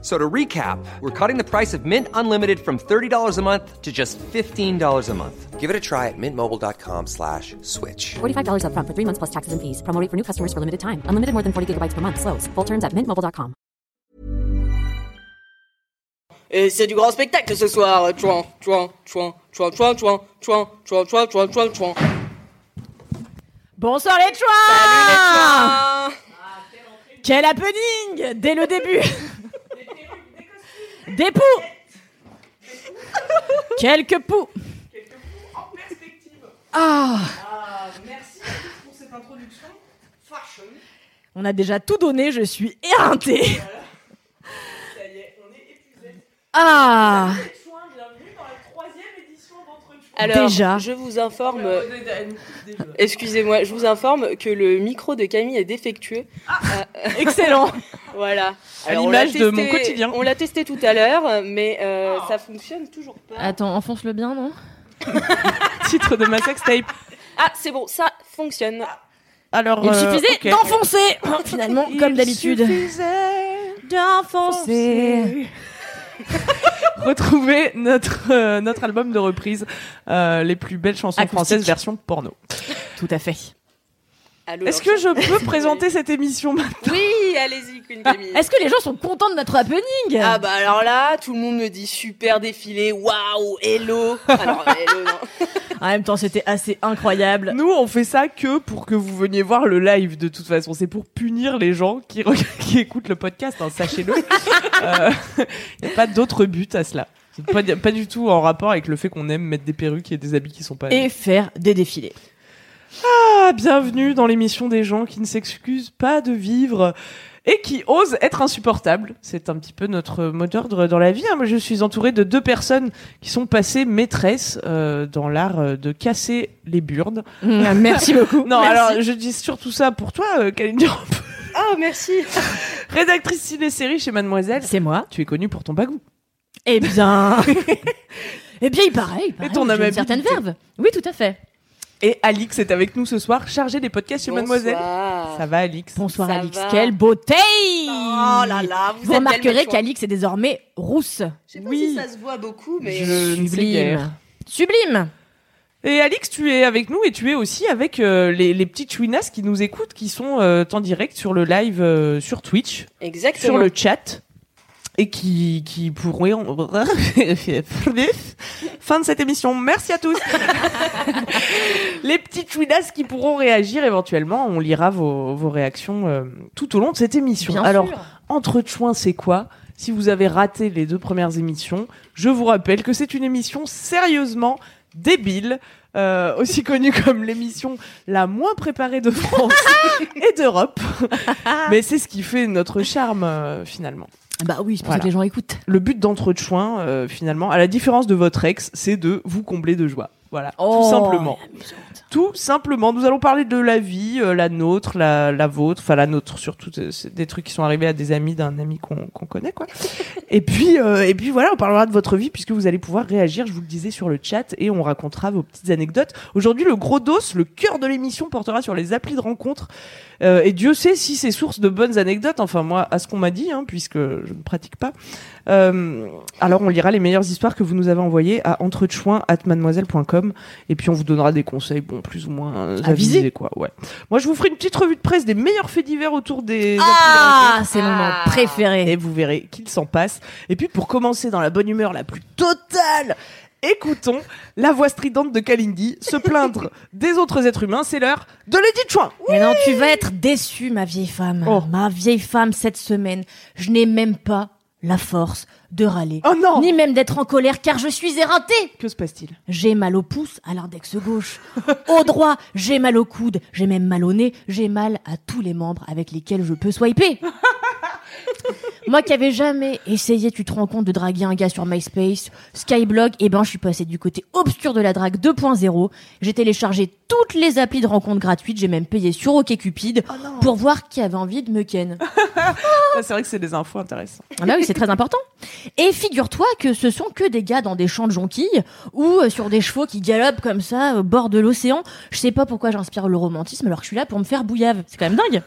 So to recap, we're cutting the price of Mint Unlimited from $30 a month to just $15 a month. Give it a try at mintmobile.com slash switch. $45 upfront for three months plus taxes and fees. Promo rate for new customers for limited time. Unlimited more than 40 gigabytes per month. Slows. Full terms at mintmobile.com. Et c'est du grand spectacle ce soir. euh, Chouan, chouan, chouan, chouan, chouan, chouan, chouan, chouan, chouan, chouan, chouan, chouan. Bonsoir les chouans Ah Quel happening Dès le début Des poux Quelques poux On a déjà tout donné, je suis éreintée Ah Alors, Déjà. je vous informe. Euh, Excusez-moi, je vous informe que le micro de Camille est défectueux. Ah, Excellent Voilà. À Alors, on l'a l'image de testé- mon quotidien. On l'a testé tout à l'heure, mais euh, ça fonctionne toujours pas. Ah. Attends, enfonce-le bien, non Titre de ma sextape. Ah, c'est bon, ça fonctionne. Ah. Alors, Il euh, suffisait ok. d'enfoncer Finalement, comme d'habitude. D'enfoncer Retrouvez notre, euh, notre album de reprise, euh, les plus belles chansons Acoustique. françaises version porno. Tout à fait. Allô, Est-ce que je peux Oui. présenter cette émission Oui, allez-y, Queen Camille. Est-ce que les gens sont contents de notre happening Ah bah alors là, tout le monde me dit super défilé, waouh, hello. Alors hello, non. En même temps, c'était assez incroyable. Nous, on fait ça que pour que vous veniez voir le live, de toute façon. C'est pour punir les gens qui, re- qui écoutent le podcast, hein, sachez-le. Il n'y a pas d'autre but à cela. C'est Pas, du- pas du tout en rapport avec le fait qu'on aime mettre des perruques et des habits qui sont pas... Et faire des défilés. Ah, bienvenue dans l'émission des gens qui ne s'excusent pas de vivre et qui osent être insupportables. C'est un petit peu notre mot d'ordre dans la vie. hein. Moi, je suis entourée de deux personnes qui sont passées maîtresses euh, dans l'art euh, de casser les burdes. Merci beaucoup. Non, alors je dis surtout ça pour toi, euh, Kalindi Rampe, Oh merci. rédactrice ciné-série chez Mademoiselle. C'est moi. Tu es connue pour ton bagou. Eh bien. eh bien, il paraît. Il paraît ton j'ai une amabilité. certaine verve. Oui, tout à fait. Et Alix est avec nous ce soir, chargée des podcasts chez Mademoiselle. Bonsoir. Ça va, Alix Bonsoir, Ça Alix. va. Quelle beauté Oh là là, vous, Vous êtes remarquerez tellement chouette. qu'Alix est désormais rousse. Je sais pas Oui. si ça se voit beaucoup, mais Je ne sais guère. Sublime. Sublime. Et Alix, tu es avec nous et tu es aussi avec euh, les, les petites chouinasses qui nous écoutent, qui sont euh, en direct sur le live euh, sur Twitch, exactement. sur le chat, et qui, qui pourront... fin de cette émission, merci à tous Les petites chouinasses qui pourront réagir éventuellement, on lira vos, vos réactions euh, tout au long de cette émission. Bien Alors, sûr. entre chouins, c'est quoi Si vous avez raté les deux premières émissions, je vous rappelle que c'est une émission sérieusement débile, euh, aussi connue comme l'émission la moins préparée de France et d'Europe. Mais c'est ce qui fait notre charme euh, finalement. Bah oui, c'est pour Voilà. ça que les gens écoutent. Le but d'entre chouins, euh, finalement, à la différence de votre ex, c'est de vous combler de joie. Voilà, tout simplement. Tout simplement, nous allons parler de la vie, euh, la nôtre, la, la vôtre, enfin la nôtre surtout, euh, c'est des trucs qui sont arrivés à des amis d'un ami qu'on qu'on connaît quoi. et puis euh, et puis voilà, on parlera de votre vie puisque vous allez pouvoir réagir, je vous le disais sur le chat et on racontera vos petites anecdotes. Aujourd'hui, le gros dos, le cœur de l'émission portera sur les applis de rencontres Euh, et Dieu sait si c'est source de bonnes anecdotes. Enfin moi, à ce qu'on m'a dit, hein, puisque je ne pratique pas. Euh, alors on lira les meilleures histoires que vous nous avez envoyées à entrechoin@mademoiselle.com et puis on vous donnera des conseils, bon, plus ou moins euh, Avisés. avisés, quoi. Ouais. Moi, je vous ferai une petite revue de presse des meilleurs faits divers autour des. Ah, c'est mon moment Et préféré. vous verrez qu'il s'en passe. Et puis, pour commencer dans la bonne humeur la plus totale, écoutons la voix stridente de Kalindi se plaindre des autres êtres humains. C'est l'heure de Lady Chouin. Mais non, tu vas être déçue, ma vieille femme. Oh. Ma vieille femme, cette semaine, je n'ai même pas la force de râler. Oh non Ni même d'être en colère, car je suis éreintée. Que se passe-t-il J'ai mal au pouce, à l'index gauche. Au droit, j'ai mal au coude, j'ai même mal au nez, j'ai mal à tous les membres avec lesquels je peux swiper. Moi qui avais jamais essayé, tu te rends compte, de draguer un gars sur MySpace, Skyblog, et ben je suis passée du côté obscur de la drague 2.0. J'ai téléchargé toutes les applis de rencontres gratuites, j'ai même payé sur OkCupid pour voir qui avait envie de me ken. Oh. Ah, c'est vrai que c'est des infos intéressantes. Ah bah oui, c'est très important. Et figure-toi que ce sont que des gars dans des champs de jonquilles ou euh, sur des chevaux qui galopent comme ça au bord de l'océan. Je sais pas pourquoi j'inspire le romantisme alors que je suis là pour me faire bouillave. C'est quand même dingue.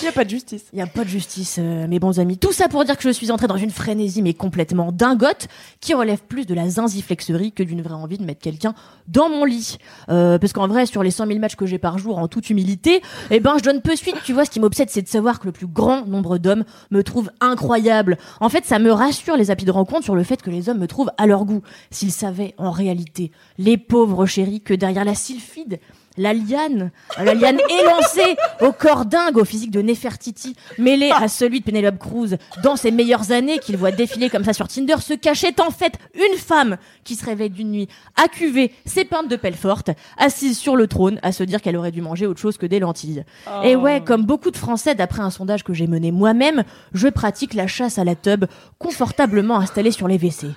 Il n'y a pas de justice. Il y a pas de justice, euh, mes bons amis. Tout ça pour dire que je suis entrée dans une frénésie mais complètement dingote qui relève plus de la zinziflexerie que d'une vraie envie de mettre quelqu'un dans mon lit. Euh, parce qu'en vrai, sur les 100 000 matchs que j'ai par jour, en toute humilité, eh ben je donne peu suite. Tu vois, ce qui m'obsède, c'est de savoir que le plus grand nombre d'hommes me trouvent incroyable. En fait, ça me rassure les applis de rencontre sur le fait que les hommes me trouvent à leur goût. S'ils savaient, en réalité, les pauvres chéris, que derrière la sylphide, la liane, hein, la liane élancée au corps dingue, au physique de Nefertiti, mêlée à celui de Penelope Cruz, dans ses meilleures années, qu'il voit défiler comme ça sur Tinder, se cachait en fait une femme qui se réveille d'une nuit accuvée, ses pintes de pelle forte, assise sur le trône, à se dire qu'elle aurait dû manger autre chose que des lentilles. Et ouais, comme beaucoup de Français, d'après un sondage que j'ai mené moi-même, je pratique la chasse à la tub, confortablement installée sur les WC.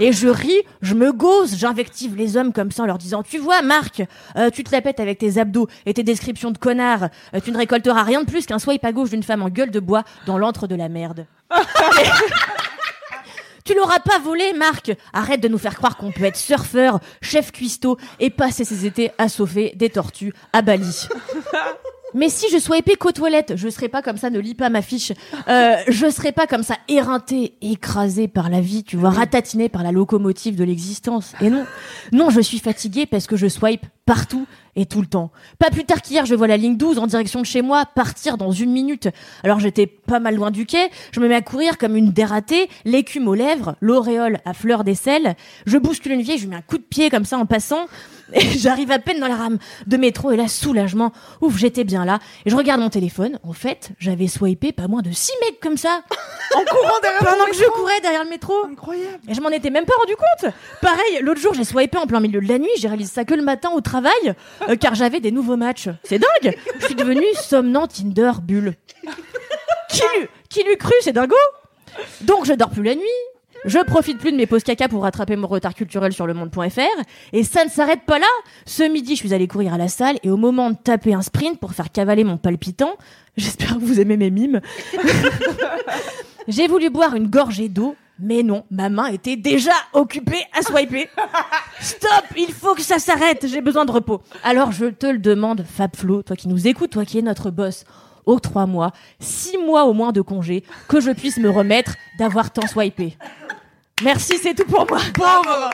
Et je ris, je me gauze, j'invective les hommes comme ça en leur disant Tu vois, Marc, euh, tu te la pètes avec tes abdos et tes descriptions de connard. Euh, tu ne récolteras rien de plus qu'un swipe à gauche d'une femme en gueule de bois dans l'antre de la merde. Tu l'auras pas volé, Marc Arrête de nous faire croire qu'on peut être surfeur, chef cuistot et passer ses étés à sauver des tortues à Bali. Mais si je sois épique aux toilettes, je serais pas comme ça, ne lis pas ma fiche. Euh, je serais pas comme ça, éreinté, écrasé par la vie, tu vois, ratatiné par la locomotive de l'existence. Et non, non, je suis fatiguée parce que je swipe partout et tout le temps. Pas plus tard qu'hier, je vois la ligne 12 en direction de chez moi partir dans une minute. Alors j'étais pas mal loin du quai, je me mets à courir comme une dératée, l'écume aux lèvres, l'auréole à fleur d'aisselle. Je bouscule une vieille, je lui mets un coup de pied comme ça en passant. Et j'arrive à peine dans la rame de métro et là, soulagement, ouf, j'étais bien là. Et je regarde mon téléphone. En fait, j'avais swipé pas moins de six mecs comme ça En courant derrière pendant que je courais derrière le métro. Incroyable. Et je m'en étais même pas rendu compte. Pareil, l'autre jour, j'ai swipé en plein milieu de la nuit, j'ai réalisé ça que le matin au travail, euh, car j'avais des nouveaux matchs. C'est dingue Je suis devenue somnant Tinder bulle. Qui l'eût qui l'eût cru, c'est dingo Donc je dors plus la nuit, je profite plus de mes pauses caca pour rattraper mon retard culturel sur le monde.fr, et ça ne s'arrête pas là Ce midi, je suis allée courir à la salle, et au moment de taper un sprint pour faire cavaler mon palpitant, j'espère que vous aimez mes mimes, j'ai voulu boire une gorgée d'eau, mais non, ma main était déjà occupée à swiper. Stop, il faut que ça s'arrête, j'ai besoin de repos. Alors je te le demande, Fab Flo, toi qui nous écoutes, toi qui es notre boss, aux trois mois, six mois au moins de congé, que je puisse me remettre d'avoir tant swipé. Merci, c'est tout pour moi. Pauvre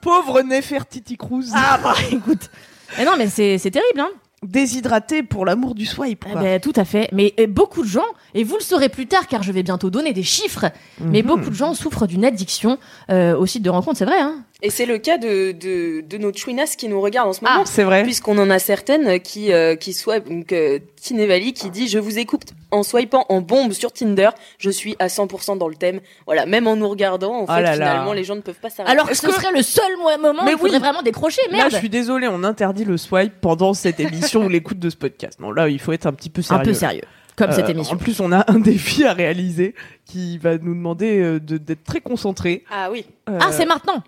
Pauvre Nefertiti Cruz. Ah bah écoute. Mais non, mais c'est c'est terrible, hein. Déshydraté pour l'amour du swipe. Eh quoi. ben, tout à fait. Mais euh, beaucoup de gens, et vous le saurez plus tard car je vais bientôt donner des chiffres, mais beaucoup de gens souffrent d'une addiction euh, au site de rencontre, c'est vrai. Hein Et c'est le cas de, de, de nos chouinasses qui nous regardent en ce Ah. moment. c'est vrai. Puisqu'on en a certaines qui, euh, qui swipent, donc euh, Tinevali qui dit Je vous écoute en swipant en bombe sur Tinder, je suis à 100% dans le thème. Voilà, même en nous regardant, en Oh fait, là là. finalement, les gens ne peuvent pas s'arrêter. Alors que ce serait le seul mo- moment où Euh, Mais il faudrait oui. vraiment décrocher, Là, merde. je suis désolé, on interdit le swipe pendant cette émission ou l'écoute de ce podcast. Non, là, il faut être un petit peu sérieux. Un peu sérieux, comme cette Euh, émission. En plus, on a un défi à réaliser qui va nous demander euh, de- d'être très Euh, concentrés. Ah oui. Ah, c'est maintenant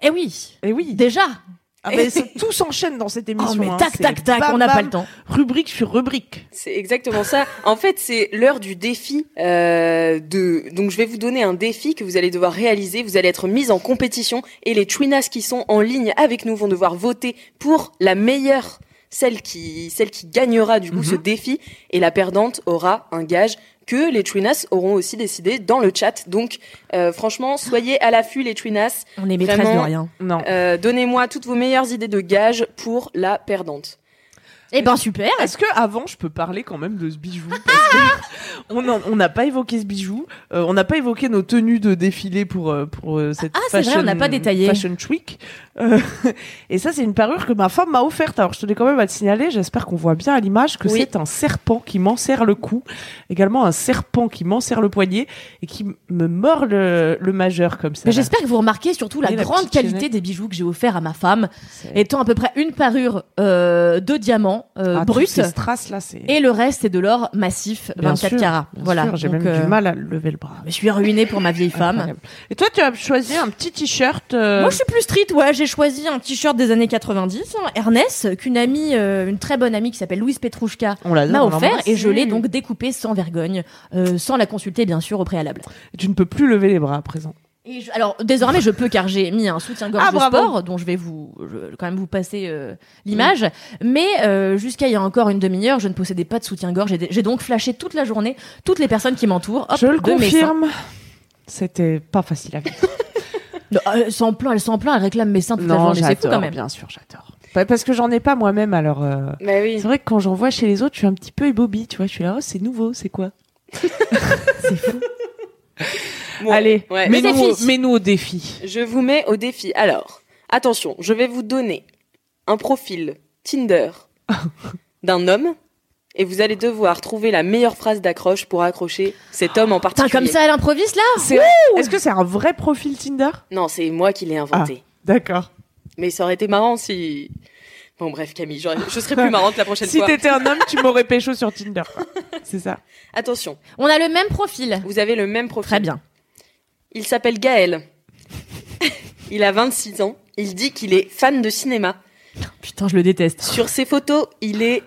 Eh oui, Et oui. déjà Ah, mais ça- tout s'enchaîne dans cette émission. Oh mais hein. tac, C'est tac, tac, bam, on n'a pas bam, le temps. Rubrique sur rubrique. C'est exactement ça. En fait, c'est l'heure du défi. euh, de donc, je vais vous donner un défi que vous allez devoir réaliser. Vous allez être mis en compétition et les Twinas qui sont en ligne avec nous vont devoir voter pour la meilleure, celle qui celle qui gagnera du coup ce défi et la perdante aura un gage que les Twinas auront aussi décidé dans le chat. Donc, euh, franchement, soyez à l'affût les Twinas. On est maîtresse Vraiment. de rien. Non. Euh, Donnez-moi toutes vos meilleures idées de gages pour la perdante. Eh ben super Est-ce que avant je peux parler quand même de ce bijou Parce que On en- on n'a pas évoqué ce bijou, euh, on n'a pas évoqué nos tenues de défilé pour euh, pour euh, cette Ah, c'est vrai, fashion, on n'a pas détaillé. fashion week. Euh, et ça c'est une parure que ma femme m'a offerte. Alors je tenais quand même à te signaler, j'espère qu'on voit bien à l'image que Oui. c'est un serpent qui m'enserre le cou, également un serpent qui m'enserre le poignet et qui m- me mord le, le majeur comme ça. Mais là. J'espère que vous remarquez surtout la, Oui, la grande petite qualité chaînette. des bijoux que j'ai offert à ma femme, C'est- étant à peu près une parure euh, de diamant, diamants euh, Ah, bruts. toutes Ces strass là, c'est. Et le reste, c'est de l'or massif, Bien 24 sûr, carats. bien Voilà. sûr, J'ai Donc, même euh, du mal à lever le bras. Je suis ruinée pour ma vieille femme. Incroyable. Et toi, tu as choisi un petit t-shirt. euh, Moi, je suis plus street. Ouais, j'ai choisi un t-shirt des années 90, hein, Ernest, qu'une amie, euh, une très bonne amie qui s'appelle Louise Petrouchka On l'adore, m'a on offert l'embrasse. et je l'ai donc découpé sans vergogne, euh, sans la consulter bien sûr au préalable. Tu ne peux plus lever les bras à présent. Et je- alors désormais je peux car j'ai mis un soutien-gorge Ah, de bravo. sport dont je vais vous je- quand même vous passer euh, l'image. Mais euh, jusqu'à il y a encore une demi-heure, je ne possédais pas de soutien-gorge. J'ai- J'ai donc flashé toute la journée toutes les personnes qui m'entourent. hop, je le de mes seins. confirme. C'était pas facile à vivre. Non, elle s'en plaint, elle s'en plaint, elle réclame mes seins toute la journée. C'est fou quand même. bien sûr, j'adore. Pa- Parce que j'en ai pas moi-même, alors. euh, Bah oui. C'est vrai que quand j'en vois chez les autres, je suis un petit peu ébobie, tu vois. Je suis là, oh, c'est nouveau, c'est quoi Bon, Allez, ouais. mets-nous Le défi. au- mets-nous au défi. Je vous mets au défi. Alors, attention, je vais vous donner un profil Tinder d'un homme et vous allez devoir trouver la meilleure phrase d'accroche pour accrocher cet homme en Putain, particulier. comme ça elle improvise là C'est- Est-ce que c'est un vrai profil Tinder Non, c'est moi qui l'ai inventé. Ah. D'accord. Mais ça aurait été marrant si. Bon, bref, Camille, j'aurais- je serais plus marrante la prochaine Si fois. t'étais un homme, tu m'aurais pécho sur Tinder. quoi. C'est ça. Attention, On a le même profil. vous avez le même profil. Très bien. Il s'appelle Gaël. il a 26 ans. Il dit qu'il est fan de cinéma. Putain, je le déteste. Sur ses photos, il est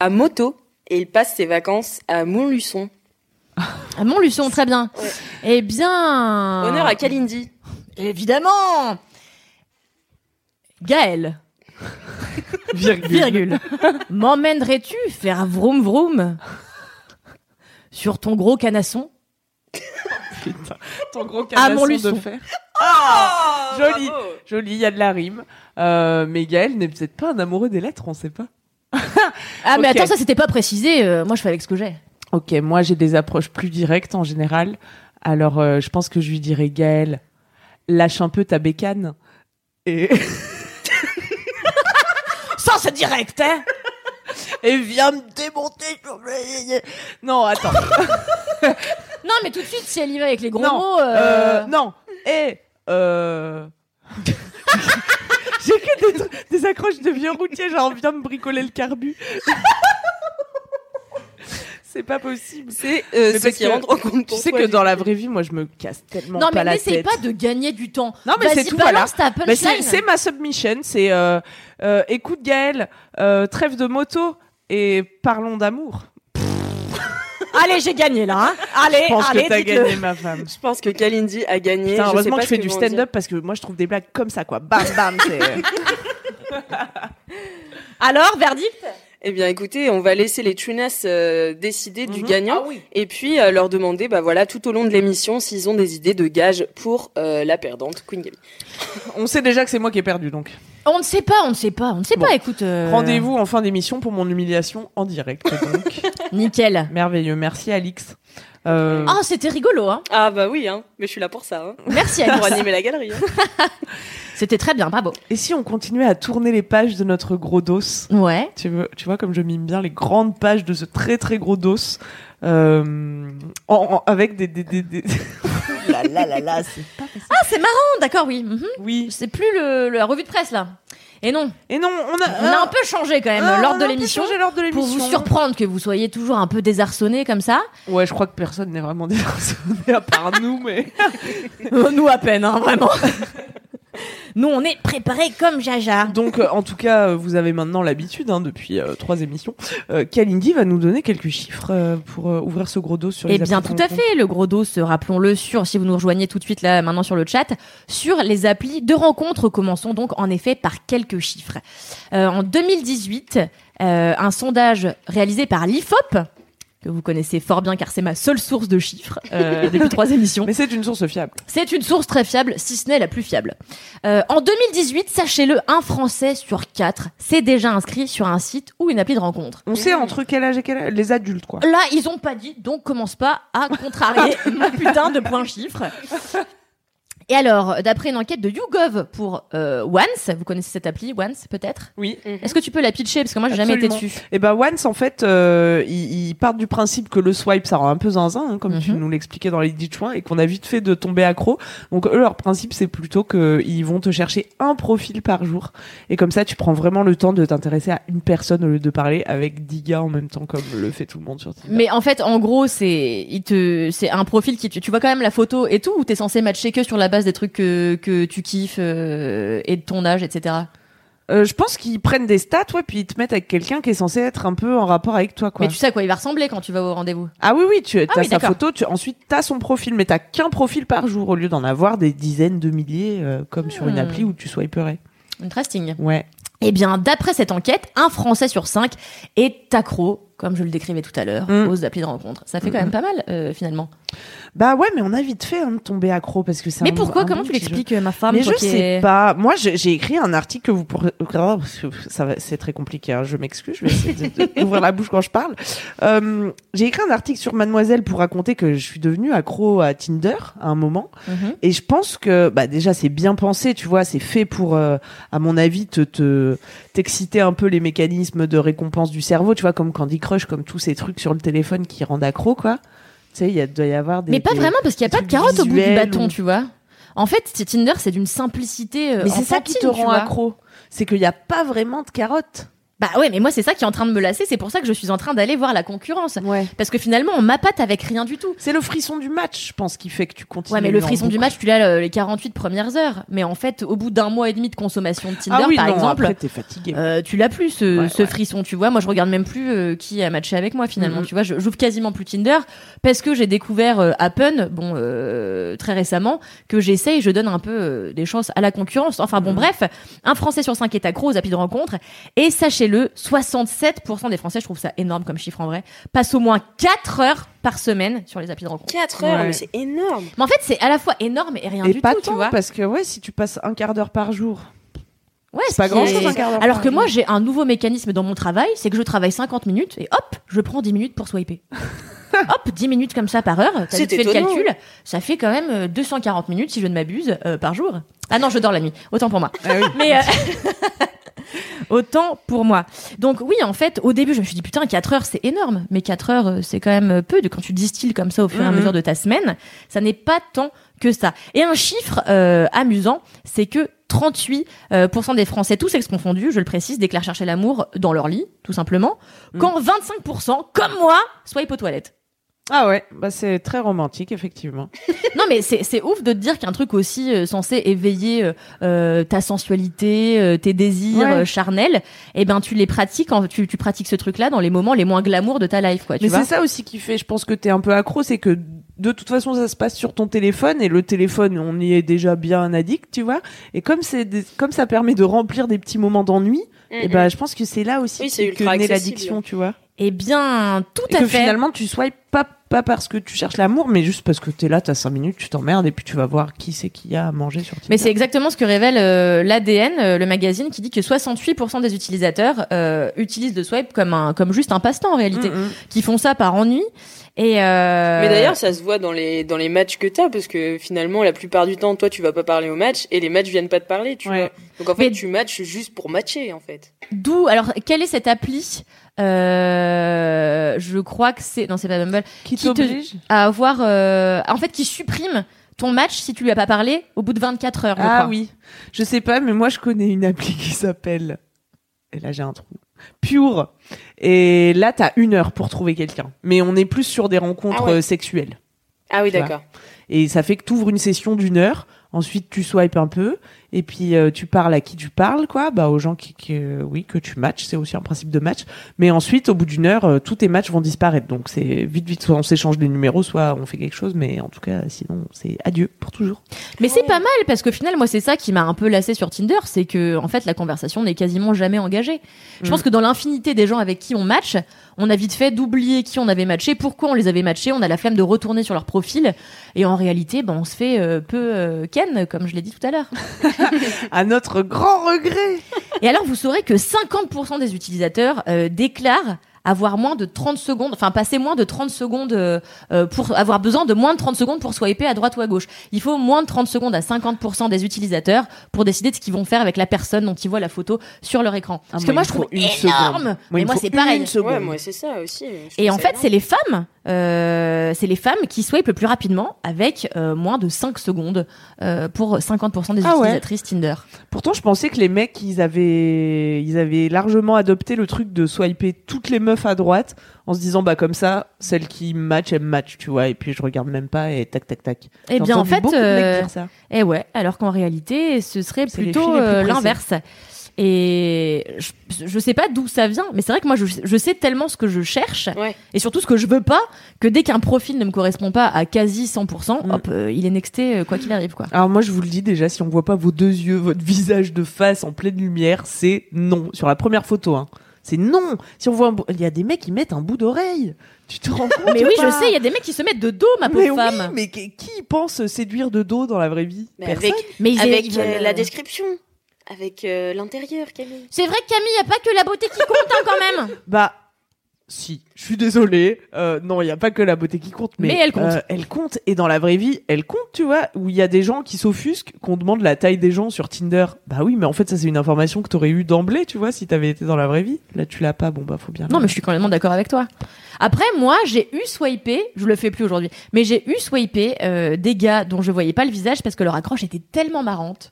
à moto et il passe ses vacances à Montluçon. Ah, mon Luçon, très bien. Eh bien. Honneur à Kalindi. Évidemment Gaël, virgule, m'emmènerais-tu faire vroom vroom sur ton gros canasson Ton gros Ah, mon canasson de luçon. fer. Ah, joli. Euh, Joli, il y a de la rime. Euh, mais Gaël n'est peut-être pas un amoureux des lettres, on sait pas. Ah mais Ok. attends, ça c'était pas précisé, euh, moi je fais avec ce que j'ai. Ok, moi j'ai des approches plus directes en général. Alors euh, je pense que je lui dirais Gaël, lâche un peu ta bécane. Et, Ça c'est direct, hein et viens me démonter. Non, attends. Non mais tout de suite si elle y va avec les gros non, mots... euh, euh, non. Et... Euh... j'ai que des, tr- des accroches de vieux routier, genre viens me bricoler le carbu. C'est pas possible. C'est euh, Mais ce parce qui que rentre en compte Tu pour sais toi, que lui. dans la vraie vie, moi, je me casse tellement Non pas mais la n'essaye tête. pas de gagner du temps. Non, mais Vas-y, c'est tout, balance ta Bah, punchline. c'est c'est ma submission, c'est euh, euh, écoute Gaël, euh, trêve de moto et parlons d'amour. Allez, j'ai gagné là. hein. Allez, Je pense allez, que t'as dites-le. gagné ma femme. Je pense que Kalindi a gagné. Putain, je sais pas heureusement que je ce fais que du vous en dire. stand-up parce que moi je trouve des blagues comme ça quoi. Bam bam, c'est Alors, verdict Eh bien, écoutez, on va laisser les tunas euh, décider du gagnant et puis euh, leur demander, bah voilà, tout au long de l'émission, s'ils ont des idées de gages pour euh, la perdante Queen Gaby. On sait déjà que c'est moi qui ai perdu donc. On ne sait pas, on ne sait pas, on ne sait Bon. pas, écoute. euh, Rendez-vous en fin d'émission pour mon humiliation en direct donc. Nickel. Merveilleux, merci Alix. Euh, Ah, c'était rigolo, hein. Ah bah oui, hein. Mais je suis là pour ça, hein. Merci pour Alice. animer la galerie. hein. C'était très bien, bravo. Et si on continuait à tourner les pages de notre gros dos Ouais. Tu vois, tu vois comme je mime bien les grandes pages de ce très très gros dos euh, en, en- avec des, des, des, des- Ah, c'est marrant, d'accord, oui. mhm. oui C'est plus le, le- la revue de presse là. Et non, et non on a, on a un peu changé quand même ah, on a l'ordre de un peu l'émission changé l'ordre de pour vous l'émission. hein. surprendre que vous soyez toujours un peu désarçonné comme ça. ouais je crois que personne n'est vraiment désarçonné à part nous mais Nous à peine, hein, vraiment. Nous, on est préparés comme Jaja. donc euh, en tout cas euh, vous avez maintenant l'habitude hein, depuis euh, trois émissions euh, Kalindi va nous donner quelques chiffres euh, pour euh, ouvrir ce gros dos sur les Eh bien, applis tout de à rencontres. fait. Le gros dos, se, rappelons-le, sur, si vous nous rejoignez tout de suite là, maintenant sur le chat, sur les applis de rencontres. Commençons donc en effet par quelques chiffres. Euh, en 2018, euh, un sondage réalisé par l'IFOP, que vous connaissez fort bien car c'est ma seule source de chiffres euh, depuis trois émissions. mais c'est une source fiable C'est une source très fiable, si ce n'est la plus fiable. Euh, en 2018, sachez-le, un Français sur quatre s'est déjà inscrit sur un site ou une appli de rencontre. on sait entre quel âge et quel âge les adultes quoi Là, ils ont pas dit, donc commence pas à contrarier mon putain de point chiffre. Et alors, d'après une enquête de YouGov pour euh, Once, vous connaissez cette appli, Once peut-être Oui. Est-ce que tu peux la pitcher Parce que moi, j'ai jamais été Absolument. dessus. Et bah Once en fait, euh, ils, ils partent du principe que le swipe ça rend un peu zinzin, hein, comme tu Mhm. nous l'expliquais dans les dix chouins, et qu'on a vite fait de tomber accro. Donc eux leur principe c'est plutôt que ils vont te chercher un profil par jour, et comme ça tu prends vraiment le temps de t'intéresser à une personne au lieu de parler avec dix gars en même temps comme le fait tout le monde sur Tinder. Mais en fait, en gros, c'est il te c'est un profil qui tu, tu vois quand même la photo et tout ou t'es censé matcher que sur la base des trucs que, que tu kiffes euh, et de ton âge, etc. Euh, je pense qu'ils prennent des stats, ouais, puis ils te mettent avec quelqu'un qui est censé être un peu en rapport avec toi, quoi. Mais tu sais à quoi il va ressembler quand tu vas au rendez-vous. Ah oui, oui, tu as oui, sa d'accord. photo, tu, ensuite t'as son profil, mais t'as qu'un profil par jour au lieu d'en avoir des dizaines de milliers euh, comme sur une Hmm. appli où tu swiperais. Interesting. Ouais. Eh bien, d'après cette enquête, un Français sur cinq est accro, comme je le décrivais tout à l'heure, Mm. aux applis de rencontre. Ça fait quand même pas mal euh, finalement. Bah ouais, mais on a vite fait hein, de tomber accro parce que c'est Mais un- pourquoi un Comment bon tu petit jeu. l'expliques, euh, ma femme Mais toi je qui sais es- pas. Moi, j'ai j'ai écrit un article que vous pourrez. Oh, ça va- c'est très compliqué. hein, Je m'excuse. Je vais essayer de- d'ouvrir la bouche quand je parle. Euh, j'ai écrit un article sur Mademoiselle pour raconter que je suis devenue accro à Tinder à un moment. Mhm. Et je pense que, bah, déjà, c'est bien pensé. Tu vois, c'est fait pour, euh, à mon avis, te te- t'exciter un peu les mécanismes de récompense du cerveau. Tu vois, comme Candy Crush, comme tous ces trucs sur le téléphone qui rendent accro, quoi. Tu sais, il y a- doit y avoir des. Mais pas des- vraiment parce qu'il n'y a pas de trucs carotte au bout du visuels bâton, ou- tu vois. En fait, Tinder, c'est d'une simplicité. euh, Mais c'est ça qui te enfantine, tu rend vois. accro. C'est qu'il n'y a pas vraiment de carotte. Bah ouais, mais moi c'est ça qui est en train de me lasser, c'est pour ça que je suis en train d'aller voir la concurrence. Parce que finalement, on m'appâte avec rien du tout. C'est le frisson du match, je pense, qui fait que tu continues. Ouais, mais le en frisson du boucle. match, tu l'as euh, les 48 premières heures. Mais en fait, au bout d'un mois et demi de consommation de Tinder, ah oui, par non, exemple, Après, t'es fatigué. euh, tu l'as plus ce, Ouais, ce ouais. frisson, tu vois. Moi, je regarde même plus euh, qui a matché avec moi finalement. Mhm. Tu vois, je- j'ouvre quasiment plus Tinder parce que j'ai découvert euh, Appen, bon, euh, très récemment, que j'essaye, je donne un peu euh, des chances à la concurrence. Enfin bon, Mhm. bref, un Français sur cinq est accro aux applis de rencontre et sachez-le, 67% des Français, je trouve ça énorme comme chiffre en vrai, passent au moins 4 heures par semaine sur les applis de rencontre. 4 heures, Ouais. mais c'est énorme. Mais en fait, c'est à la fois énorme et rien Et du pas tout, tant, tu vois. parce que ouais, si tu passes un quart d'heure par jour, Ouais, c'est pas ce hein, qui grand est- chose un quart d'heure. Alors par que jour. moi, j'ai un nouveau mécanisme dans mon travail, c'est que je travaille 50 minutes et hop, je prends 10 minutes pour swiper. hop, 10 minutes comme ça par heure, t'as C'est vite fait le étonnant. calcul, ça fait quand même euh, 240 minutes, si je ne m'abuse, euh, par jour. Ah non, je dors la nuit, autant pour moi. Ah oui. Mais euh, autant pour moi. Donc oui, en fait, au début, je me suis dit putain, 4 heures, c'est énorme. Mais 4 heures, euh, c'est quand même euh, peu de quand tu distilles comme ça au fur et à Mhm. mesure de ta semaine, ça n'est pas tant que ça. Et un chiffre euh, amusant, c'est que 38% euh, pourcent des Français, tous sexes confondus, je le précise, déclarent chercher l'amour dans leur lit, tout simplement, quand 25%, comme moi, swipe aux toilettes. Ah ouais, bah c'est très romantique effectivement. Non mais c'est c'est ouf de te dire qu'un truc aussi euh, censé éveiller euh, euh, ta sensualité, euh, tes désirs Ouais. euh, charnels, eh ben tu les pratiques, en, tu, tu pratiques ce truc-là dans les moments les moins glamour de ta life, quoi. Tu mais vois c'est ça aussi qui fait, je pense que t'es un peu accro, c'est que de toute façon ça se passe sur ton téléphone et le téléphone, on y est déjà bien addict, tu vois. Et comme c'est des- comme ça permet de remplir des petits moments d'ennui, et Mm, bah je pense que c'est là aussi Oui, c'est que ultra naît accessible. l'addiction, tu vois. Eh bien, tout Et à que fait. finalement, tu swipes pas, pas parce que tu cherches l'amour, mais juste parce que t'es là, t'as 5 minutes, tu t'emmerdes et puis tu vas voir qui c'est qu'il y a à manger sur Tinder. Mais c'est exactement ce que révèle euh, l'ADN, le magazine, qui dit que 68% des utilisateurs euh, utilisent le swipe comme un, comme juste un passe-temps en réalité, Mm, mm. qui font ça par ennui. Et euh, Mais d'ailleurs, ça se voit dans les, dans les matchs que t'as, parce que finalement, la plupart du temps, toi, tu vas pas parler au match, et les matchs viennent pas te parler, tu Ouais. vois. Donc en fait, Mais- tu matches juste pour matcher, en fait. D'où alors quelle est cette appli euh, Je crois que c'est non c'est pas Bumble Qui Qui te- t'oblige à avoir euh, en fait qui supprime ton match si tu lui as pas parlé au bout de 24 heures. je Ah crois. oui. Je sais pas, mais moi je connais une appli qui s'appelle. Et là j'ai un trou. Pure. Et là t'as une heure pour trouver quelqu'un. Mais on est plus sur des rencontres Ah ouais. euh, sexuelles. Ah oui, Tu vois. d'accord. Et ça fait que t'ouvres une session d'une heure. Ensuite tu swipes un peu. Et puis euh, tu parles à qui tu parles, quoi. Bah aux gens qui, qui, euh, oui, que tu matches. C'est aussi un principe de match. Mais ensuite au bout d'une heure, euh, tous tes matchs vont disparaître. Donc c'est vite, vite. Soit on s'échange des numéros, soit on fait quelque chose. Mais en tout cas, sinon c'est adieu pour toujours. Mais Ah c'est pas mal parce qu'au final moi c'est ça qui m'a un peu lassé sur Tinder, c'est que en fait la conversation n'est quasiment jamais engagée. Je Mm. pense que dans l'infinité des gens avec qui on match, on a vite fait d'oublier qui on avait matché, pourquoi on les avait matchés, on a la flemme de retourner sur leur profil et en réalité ben on se fait euh, peu euh, ken comme je l'ai dit tout à l'heure. À notre grand regret. Et alors, vous saurez que 50% des utilisateurs euh, déclarent avoir moins de 30 secondes, enfin passer moins de 30 secondes euh, euh, pour avoir besoin de moins de 30 secondes pour swiper à droite ou à gauche. Il faut moins de 30 secondes à 50% des utilisateurs pour décider de ce qu'ils vont faire avec la personne dont ils voient la photo sur leur écran. Parce que Ah, moi, moi, il je me trouve faut une seconde. énorme. Moi, il mais me moi, faut c'est pareil. une seconde. Ouais, moi c'est ça aussi. je trouve Et en ça fait, énorme. c'est les femmes, euh, c'est les femmes qui swipent le plus rapidement avec euh, moins de 5 secondes euh, pour 50% des Ah ouais. utilisatrices Tinder. Pourtant, je pensais que les mecs, ils avaient, ils avaient largement adopté le truc de swiper toutes les meufs à droite en se disant, bah, comme ça, celle qui match, elle match, tu vois, et puis je regarde même pas et tac, tac, tac. Eh J'ai bien, en entendu fait, beaucoup de mecs euh, dire ça. Eh ouais, alors qu'en réalité, ce serait C'est les plutôt filles les plus euh, pressées. l'inverse. Et je, je sais pas d'où ça vient, mais c'est vrai que moi, je, je sais tellement ce que je cherche Ouais. et surtout ce que je veux pas que dès qu'un profil ne me correspond pas à quasi 100%, Mm. hop, euh, il est nexté euh, quoi qu'il arrive, quoi. Alors moi je vous le dis déjà, si on voit pas vos deux yeux, votre visage de face en pleine lumière, c'est non. Sur la première photo, hein. c'est non. Si on voit, un bou- il y a des mecs qui mettent un bout d'oreille. Tu te rends compte Mais ou oui, pas je sais, il y a des mecs qui se mettent de dos, ma mais pauvre oui, femme. mais qui qui pense séduire de dos dans la vraie vie Mais Personne. avec, mais ils- avec ils veulent, euh, la euh, description, avec euh, l'intérieur, Camille. C'est vrai que Camille, y a pas que la beauté qui compte hein, quand même. Bah si, je suis désolée. Euh, non, il y a pas que la beauté qui compte, mais, Mais elle compte. euh, elle compte. Et dans la vraie vie, elle compte, tu vois. Où il y a des gens qui s'offusquent, qu'on demande la taille des gens sur Tinder. Bah oui, mais en fait ça c'est une information que t'aurais eu d'emblée, tu vois, si t'avais été dans la vraie vie. Là tu l'as pas, bon bah faut bien. Non, mais je suis complètement d'accord avec toi. Après, moi, j'ai eu swipé, je le fais plus aujourd'hui, mais j'ai eu swipé euh, des gars dont je voyais pas le visage parce que leur accroche était tellement marrante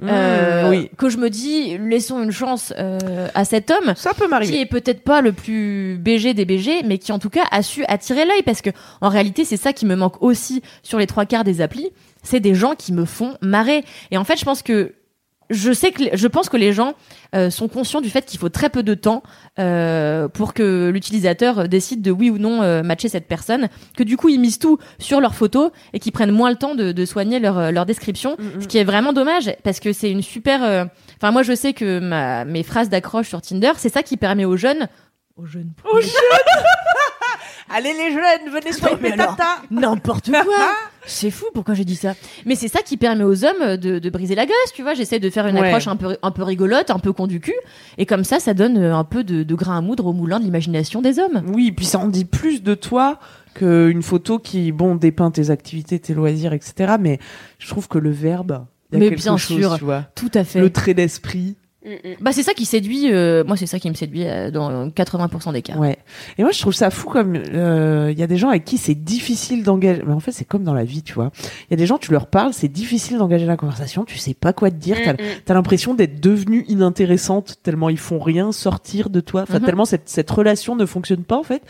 Mmh, euh, oui. que je me dis, laissons une chance euh, à cet homme Ça peut qui m'arriver. est peut-être pas le plus BG des BG, mais qui en tout cas a su attirer l'œil parce que en réalité, c'est ça qui me manque aussi sur les trois quarts des applis, c'est des gens qui me font marrer. Et en fait, je pense que je sais que les- je pense que les gens euh, sont conscients du fait qu'il faut très peu de temps euh, pour que l'utilisateur décide de oui ou non euh, matcher cette personne, que du coup ils misent tout sur leurs photos et qu'ils prennent moins le temps de, de soigner leur, euh, leur description, ce qui est vraiment dommage parce que c'est une super. euh, Enfin, moi je sais que ma, mes phrases d'accroche sur Tinder, c'est ça qui permet aux jeunes. Aux jeunes. Aux jeunes Allez les jeunes, venez mais swiper alors- tata. N'importe quoi C'est fou, pourquoi j'ai dit ça Mais c'est ça qui permet aux hommes de, de briser la glace, tu vois. J'essaie de faire une Ouais. accroche un peu, un peu rigolote, un peu con du cul, et comme ça, ça donne euh, un peu de, de grain à moudre au moulin de l'imagination des hommes. Oui, puis ça en dit plus de toi qu'une photo qui, bon, dépeint tes activités, tes loisirs, etc. Mais je trouve que le verbe, il y a Mais quelque bien chose, sûr. tu vois. Tout à fait. Le trait d'esprit. Mm, mm. Bah c'est ça qui séduit, euh, moi c'est ça qui me séduit euh, dans 80% des cas. Ouais. Et moi, je trouve ça fou comme euh, il y a des gens avec qui c'est difficile d'engager. Mais en fait, c'est comme dans la vie, tu vois. Il y a des gens, tu leur parles, c'est difficile d'engager la conversation. Tu sais pas quoi te dire. t'as- Mm, mm. T'as l'impression d'être devenue inintéressante tellement ils font rien sortir de toi. Enfin, Mhm. tellement cette, cette relation ne fonctionne pas, en fait.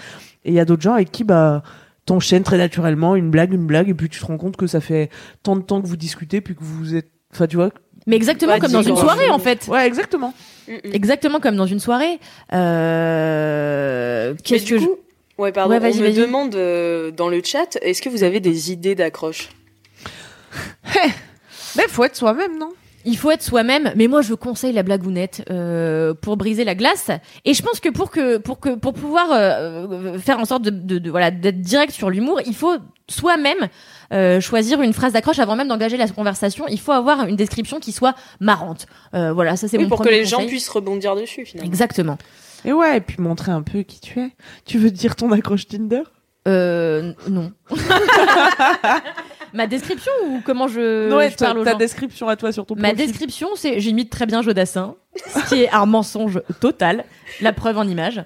Et il y a d'autres gens avec qui, bah, t'enchaînes très naturellement une blague, une blague, et puis tu te rends compte que ça fait tant de temps que vous discutez, puis que vous êtes, enfin, tu vois. Mais exactement Bah, comme dans dis- une soirée en fait. Ouais, exactement. Mm, mm. Exactement comme dans une soirée. Euh... Mais Qu'est-ce du que je- coup, ouais, pardon, Ouais, vas-y, on me vas-y. demande euh, dans le chat, est-ce que vous avez des idées d'accroche Mais faut être soi-même, non? Il faut être soi-même, mais moi je conseille la blagounette euh, pour briser la glace. Et je pense que pour que pour que pour pouvoir euh, faire en sorte de, de- de- voilà d'être direct sur l'humour, il faut soi-même euh, choisir une phrase d'accroche avant même d'engager la conversation. Il faut avoir une description qui soit marrante. Euh, voilà, ça c'est Oui, mon pour que premier les gens conseil. puissent rebondir dessus finalement. Exactement. Et ouais, et puis montrer un peu qui tu es. Tu veux dire ton accroche Tinder? Euh, n- non. Ma description ou comment je, ouais, Euh, je ta- parle aux ta gens description à toi sur ton Ma profil. description, c'est j'imite très bien Jodassin, ce qui est un mensonge total. La preuve en image.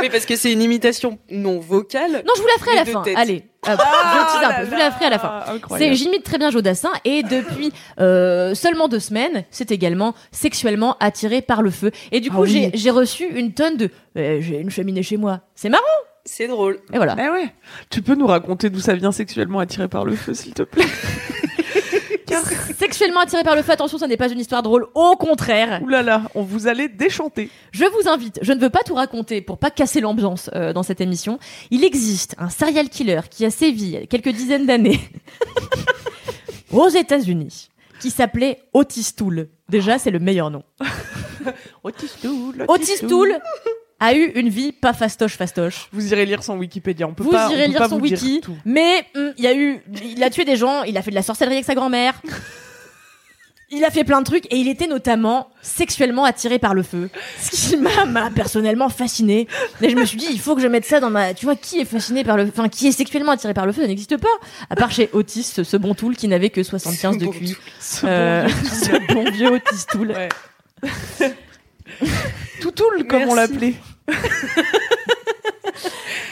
Oui, parce que c'est une imitation non vocale. Non, je vous la ferai à la Les deux fin. têtes. Allez, Ah, hop, je Oh tease un peu. Je vous la ferai à la fin. C'est j'imite très bien Jodassin et depuis euh, seulement deux semaines, c'est également sexuellement attiré par le feu. Et du Ah coup, oui. j'ai- j'ai reçu une tonne de euh, j'ai une cheminée chez moi. C'est marrant. C'est drôle. Et voilà. Eh ouais. Tu peux nous raconter d'où ça vient sexuellement attiré par le feu, s'il te plaît Sexuellement attiré par le feu, attention, ça n'est pas une histoire drôle. Au contraire, Ouh là là, on vous allez déchanter. Je vous invite, je ne veux pas tout raconter pour pas casser l'ambiance euh, dans cette émission. Il existe un serial killer qui a sévi il y a quelques dizaines d'années aux États-Unis qui s'appelait Otis Toole. Déjà, c'est le meilleur nom. Otis Tool. Otis Toole a eu une vie pas fastoche fastoche. Vous irez lire son Wikipédia. On peut Vous pas, on irez peut lire pas son vous dire wiki, tout. mais hum, il y a eu il a tué des gens, il a fait de la sorcellerie avec sa grand-mère. Il a fait plein de trucs et il était notamment sexuellement attiré par le feu. Ce qui m'a m'a personnellement fasciné. Mais je me suis dit, il faut que je mette ça dans ma. Tu vois, qui est fasciné par le. Enfin, qui est sexuellement attiré par le feu, ça n'existe pas. À part chez Otis, ce ce bon tool qui n'avait que 75 de bon QI. tool. Euh, Ce bon vieux Otis tool. Ouais. Toutoule, comme on Merci. l'appelait.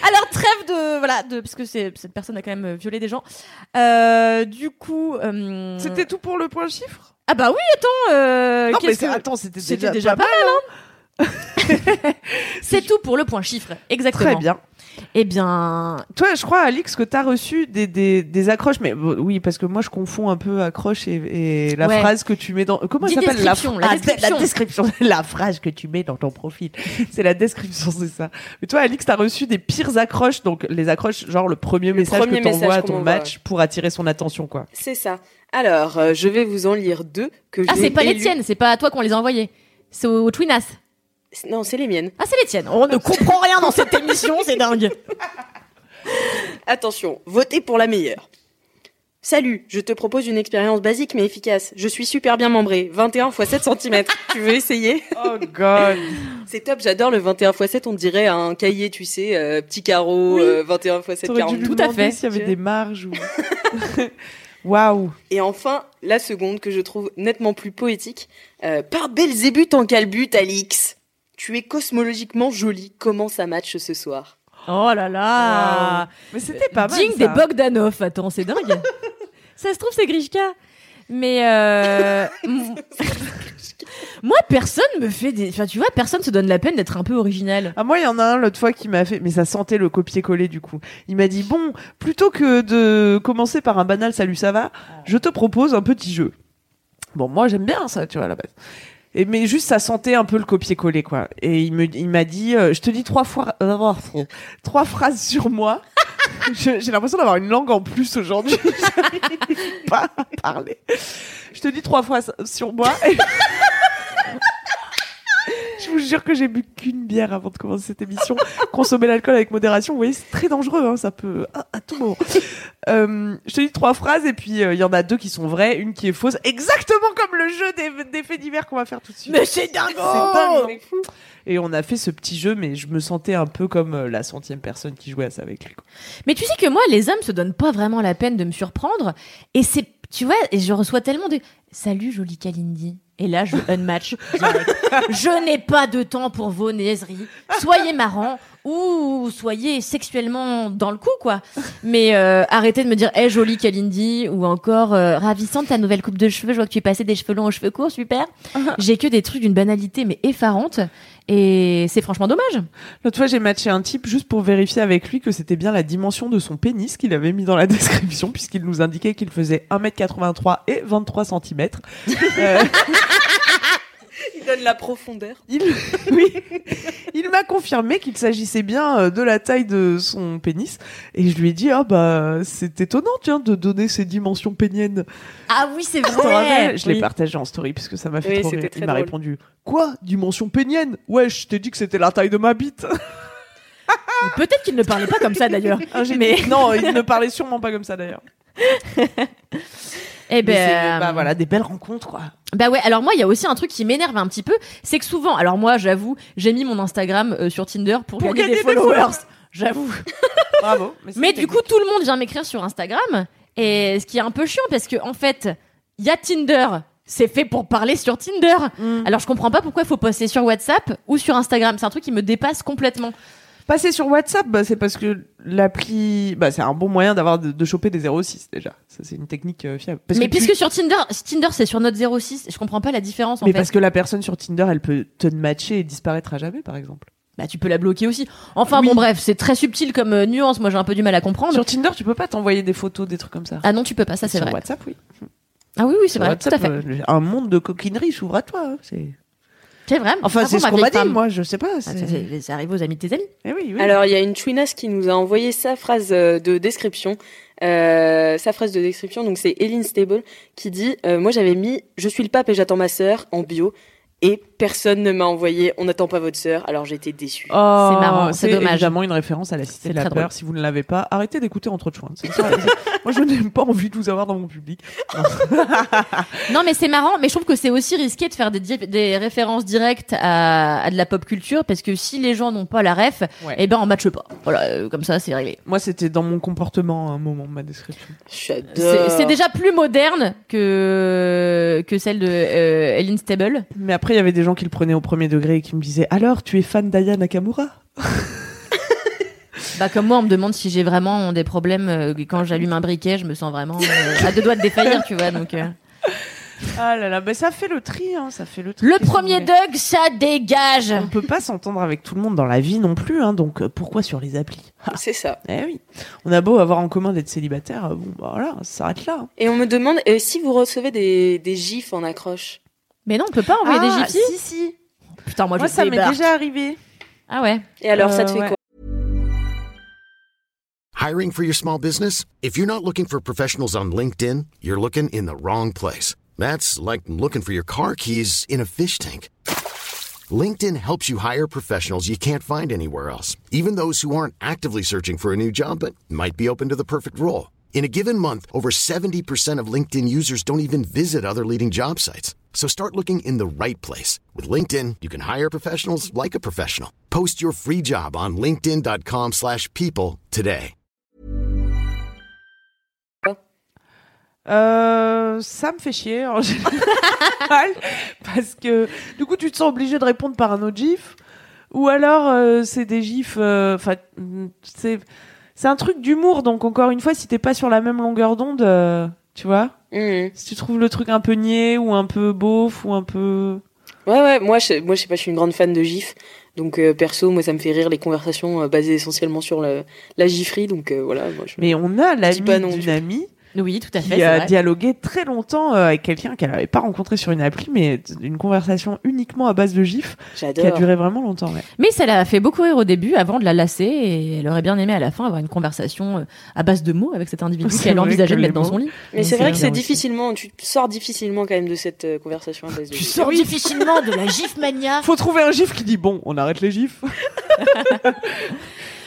Alors trêve de voilà de parce que c'est cette personne a quand même violé des gens. Euh, du coup, euh, C'était tout pour le point chiffre ah bah oui attends euh, Non, mais qu'est-ce c'est- que- attends, c'était c'était déjà, déjà hein. pas mal. hein. c'est tout pour le point chiffre exactement. Très bien. Eh bien Toi, je crois, Alix, que t'as reçu des, des, des accroches, mais bon, oui, parce que moi, je confonds un peu accroche et, et la Ouais. phrase que tu mets dans. Comment elle Dis s'appelle description, la Ah, c'est- description. la description, la phrase que tu mets dans ton profil. C'est la description, c'est ça. Mais toi, Alix, t'as reçu des pires accroches, donc les accroches, genre le premier message premier que t'envoies message à qu'on ton m'envoie, match pour attirer son attention, quoi. C'est ça. Alors, euh, je vais vous en lire deux que ah j'ai c'est pas les élus. tiennes c'est pas à toi qu'on les a envoyés c'est au Twinas Non, c'est les miennes. ah c'est les tiennes on ne comprend rien dans cette émission c'est dingue Attention, votez pour la meilleure. Salut, je te propose une expérience basique mais efficace. Je suis super bien membré, 21 x 7 cm. tu veux essayer Oh god. C'est top, j'adore le 21 x 7, on dirait un cahier, tu sais, euh, petit carreau, Oui. euh, 21 x 7, T'aurais dû 40. lui Tout à demander fait. S'il y avait des marges ou. Waouh. Et enfin, la seconde que je trouve nettement plus poétique. Euh, par Belzébuth en calbut, Alix. Tu es cosmologiquement jolie. Comment ça match ce soir oh là là Mais c'était pas mal. digne ça. Ah. des Bogdanov attends c'est dingue ça se trouve c'est Grishka mais euh, m- moi personne me fait des enfin tu vois personne se donne la peine d'être un peu original Ah, moi, il y en a un l'autre fois qui m'a fait, mais ça sentait le copier-coller du coup. Il m'a dit Bon, plutôt que de commencer par un banal salut, ça va, je te propose un petit jeu. Bon, moi, j'aime bien ça, tu vois, à la base. Et, mais juste, ça sentait un peu le copier-coller, quoi. Et il, me, il m'a dit euh, Je te dis trois, fois, euh, trois phrases sur moi. Je- j'ai l'impression d'avoir une langue en plus aujourd'hui. J'arrive pas à parler. Je te dis trois fois sur moi. Et- Je vous jure que j'ai bu qu'une bière avant de commencer cette émission. Consommer l'alcool avec modération, vous voyez, c'est très dangereux, hein, ça peut à, à tout moment. Euh, je te dis trois phrases et puis euh, il y en a deux qui sont vraies, une qui est fausse, exactement comme le jeu des, des faits divers qu'on va faire tout de suite. Mais c'est dingo C'est dingue. C'est fou. Et on a fait ce petit jeu, mais je me sentais un peu comme euh, la centième personne qui jouait à ça avec lui. quoi. Mais tu sais que moi, les hommes se donnent pas vraiment la peine de me surprendre. Et c'est, tu vois, et je reçois tellement de Salut, jolie Kalindi. Et là, je unmatch. direct. je n'ai pas de temps pour vos niaiseries. Soyez marrant ou soyez sexuellement dans le coup, quoi. Mais euh, arrêtez de me dire, hey, jolie Kalindi, ou encore, euh, ravissante ta nouvelle coupe de cheveux. Je vois que tu es passé des cheveux longs aux cheveux courts, super. J'ai que des trucs d'une banalité mais effarante. Et c'est franchement dommage. L'autre fois, j'ai matché un type juste pour vérifier avec lui que c'était bien la dimension de son pénis qu'il avait mis dans la description, puisqu'il nous indiquait qu'il faisait 1m83 et Euh, 23 cm. Il donne la profondeur. Il, oui, il m'a confirmé qu'il s'agissait bien euh, de la taille de son pénis. Et je lui ai dit, ah bah, c'est étonnant, tiens, de donner ces dimensions péniennes. Ah oui, c'est Je te rappelle, vrai. je l'ai Oui. partagé en story parce que ça m'a fait Oui, trop rire. c'était Il très m'a drôle. répondu, quoi, dimension pénienne Ouais, je t'ai dit que c'était la taille de ma bite. Mais Peut-être qu'il ne parlait pas comme ça d'ailleurs. Ah, j'ai mais dit, non, il ne parlait sûrement pas comme ça d'ailleurs. eh Mais c'est- ben, bah voilà, des belles rencontres, quoi. bah ouais. Alors moi, il y a aussi un truc qui m'énerve un petit peu, c'est que souvent, alors moi, j'avoue, j'ai mis mon Instagram euh, sur Tinder pour, Pour gagner, gagner des des followers. followers. J'avoue. Bravo. c'est Mais une du technique. coup, tout le monde vient m'écrire sur Instagram, et ce qui est un peu chiant parce que en fait, il y a Tinder. C'est fait pour parler sur Tinder. Mm. Alors je comprends pas pourquoi il faut poster sur WhatsApp ou sur Instagram. C'est un truc qui me dépasse complètement. Passer sur WhatsApp, bah, c'est parce que l'appli, bah, c'est un bon moyen d'avoir de, de choper des 06 déjà. Ça, c'est une technique euh, fiable. Parce Mais que tu- puisque sur Tinder, Tinder c'est sur notre 06, je comprends pas la différence en mais fait. parce que la personne sur Tinder, elle peut te matcher et disparaître à jamais, par exemple. Bah tu peux la bloquer aussi. Enfin Oui. bon bref, c'est très subtil comme euh, nuance, moi j'ai un peu du mal à comprendre. Sur Tinder, tu peux pas t'envoyer des photos, des trucs comme ça. Ah non, tu peux pas, ça c'est Sur vrai. WhatsApp, oui. Ah oui oui, c'est Sur vrai, WhatsApp, tout à fait. euh, un monde de coquinerie s'ouvre à toi. hein, c'est- C'est vrai. Enfin, Ah c'est bon, ce ma qu'on m'a vieille dit, femme. moi, je sais pas. Ah, c'est- ça, c'est- ça arrive aux amis de tes amis. Eh oui, oui. Alors, il y a une Twinas qui nous a envoyé sa phrase euh, de description. Euh, sa phrase de description, donc c'est Eileen Stable qui dit euh, Moi j'avais mis Je suis le pape et j'attends ma sœur en bio. et personne ne m'a envoyé On n'attend pas votre sœur, alors j'étais déçue. Oh, C'est marrant, c'est dommage. évidemment une référence à la Cité C'est de la très Peur. drôle. Si vous ne l'avez pas, arrêtez d'écouter entre chouins. C'est ça, c'est- Moi, je n'ai pas envie de vous avoir dans mon public. Non, mais c'est marrant, mais je trouve que c'est aussi risqué de faire des, di- des références directes à, à de la pop culture parce que si les gens n'ont pas la ref, Ouais. eh ben on matche pas. Voilà, euh, comme ça c'est réglé. Moi, c'était dans mon comportement à un moment, ma description. C'est J'adore. Euh. c'est déjà plus moderne que que celle de euh, Ellen Stable. Mais après, il y avait des gens qui le prenaient au premier degré et qui me disaient Alors, tu es fan d'Aya Nakamura Bah comme moi, on me demande si j'ai vraiment des problèmes euh, quand j'allume un briquet, je me sens vraiment euh, à deux doigts de défaillir, tu vois. Donc euh. Ah là là, mais ça fait le tri, hein, ça fait le tri. le Qu'est-ce premier qu'on est Doug, ça dégage. On peut pas s'entendre avec tout le monde dans la vie non plus, hein, donc euh, pourquoi sur les applis C'est ça. Eh oui, on a beau avoir en commun d'être célibataire, euh, bon bah voilà, ça s'arrête là. hein. Et on me demande euh, si vous recevez des, des gifs en accroche. Mais non, on peut pas envoyer des Ah, gypsies. si, si. Putain, moi, Moi, je ça m'est débarque. déjà arrivé. Ah ouais. Et alors, ça te Euh, fait ouais. quoi Hiring for your small business? If you're not looking for professionals on LinkedIn, you're looking in the wrong place. That's like looking for your car keys in a fish tank. LinkedIn helps you hire professionals you can't find anywhere else, even those who aren't actively searching for a new job but might be open to the perfect role. In a given month, over 70% of LinkedIn users don't even visit other leading job sites. So start looking in the right place. With LinkedIn, you can hire professionals like a professional. Post your free job on linkedin.com/people slash people today. Euh, ça me fait chier en général parce que du coup tu te sens obligé de répondre par un autre gif ou alors euh, c'est des gifs euh, enfin mm, c'est c'est un truc d'humour donc encore une fois si t'es pas sur la même longueur d'onde euh, tu vois Mhm. si tu trouves le truc un peu niais ou un peu beauf ou un peu Ouais, ouais, moi je, moi, je sais pas, je suis une grande fan de GIF. Donc, euh, perso, moi, ça me fait rire les conversations euh, basées essentiellement sur le- la gifferie. Donc, euh, voilà, moi, je... mais on a l'ami Dis pas non, d'une tu- amie Oui, tout à fait. qui c'est a vrai. dialogué très longtemps euh, avec quelqu'un qu'elle n'avait pas rencontré sur une appli mais une conversation uniquement à base de gifs qui a j'adore. duré vraiment longtemps ouais. Mais ça l'a fait beaucoup rire au début, avant de la lasser, et elle aurait bien aimé à la fin avoir une conversation euh, à base de mots avec cet individu C'est qu'elle vrai envisageait que de mettre les dans mots- son lit. Mais c'est C'est vrai que c'est bien aussi. difficilement, tu sors difficilement quand même de cette euh, conversation à base de Tu GIF. sors Oui. difficilement de la gif mania. Faut trouver un gif qui dit bon, on arrête les gifs.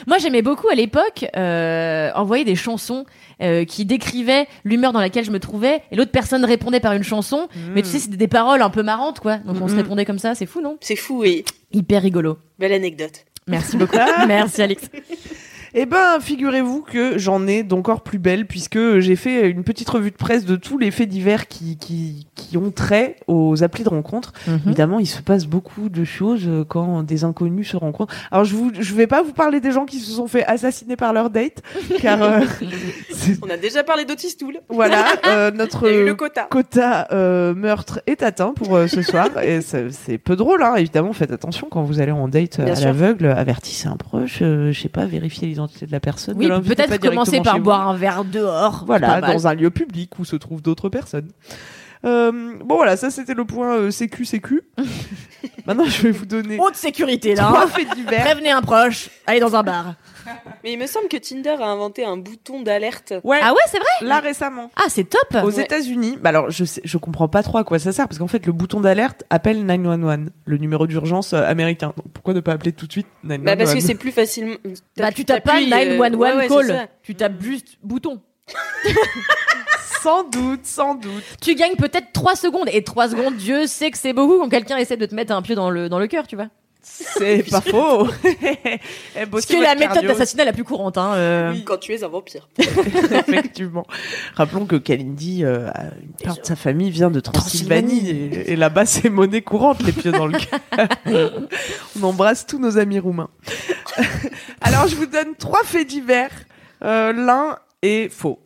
Moi, j'aimais beaucoup à l'époque euh, envoyer des chansons euh, qui décrivaient l'humeur dans laquelle je me trouvais, et l'autre personne répondait par une chanson. Mais tu sais, c'était des paroles un peu marrantes, quoi. Donc on se Mhm. répondait comme ça, c'est fou, non C'est fou et Hyper rigolo. belle anecdote. Merci beaucoup. Merci, Alex. Eh ben, figurez-vous que j'en ai d'encore plus belle puisque j'ai fait une petite revue de presse de tous les faits divers qui, qui, qui ont trait aux applis de rencontre. Mhm. Évidemment, il se passe beaucoup de choses euh, quand des inconnus se rencontrent. Alors, je vous, je vais pas vous parler des gens qui se sont fait assassiner par leur date, car euh, c'est- On a déjà parlé d'Otistoul. voilà euh, notre Il y a eu le quota. quota euh, meurtre est atteint pour euh, ce soir. Et c'est c'est peu drôle, hein. évidemment. Faites attention quand vous allez en date euh, Bien à sûr. l'aveugle. Avertissez un proche. euh, je sais pas, vérifiez l'identité de la personne. Oui, ne l'invitez pas peut-être commencer directement chez par vous. boire un verre dehors. Voilà, C'est pas mal. dans un lieu public où se trouvent d'autres personnes. Euh, bon, voilà, ça c'était le point euh, CQ CQ. Maintenant, je vais vous donner Haute sécurité, Oh là. hein. trois faits divers. Prévenez un proche, allez dans un bar. Mais il me semble que Tinder a inventé un bouton d'alerte. Ouais, Ah ouais, c'est vrai là récemment. Ah, c'est top Aux Ouais. États-Unis, bah alors je sais, je comprends pas trop à quoi ça sert parce qu'en fait le bouton d'alerte appelle 911, le numéro d'urgence euh, américain. Donc, pourquoi ne pas appeler tout de suite 911 Bah parce que c'est plus facilement. Bah, tu tapes pas t'appuies, euh, 911 ouais, ouais, c'est call, ça. tu tapes juste bouton. sans doute, sans doute. Tu gagnes peut-être 3 secondes, et 3 secondes, Dieu sait que c'est beaucoup quand quelqu'un essaie de te mettre un pied dans le, dans le cœur, tu vois. C'est pas faux. Eh, Parce que la méthode d'assassinat la plus courante, hein. euh. Quand tu es un vampire. Effectivement. Rappelons que Kalindi, euh, a une part de sa famille vient de Transylvanie. Et, et là-bas, c'est monnaie courante, les pieds dans le cœur. On embrasse tous nos amis roumains. Alors, je vous donne trois faits divers. Euh, L'un est faux.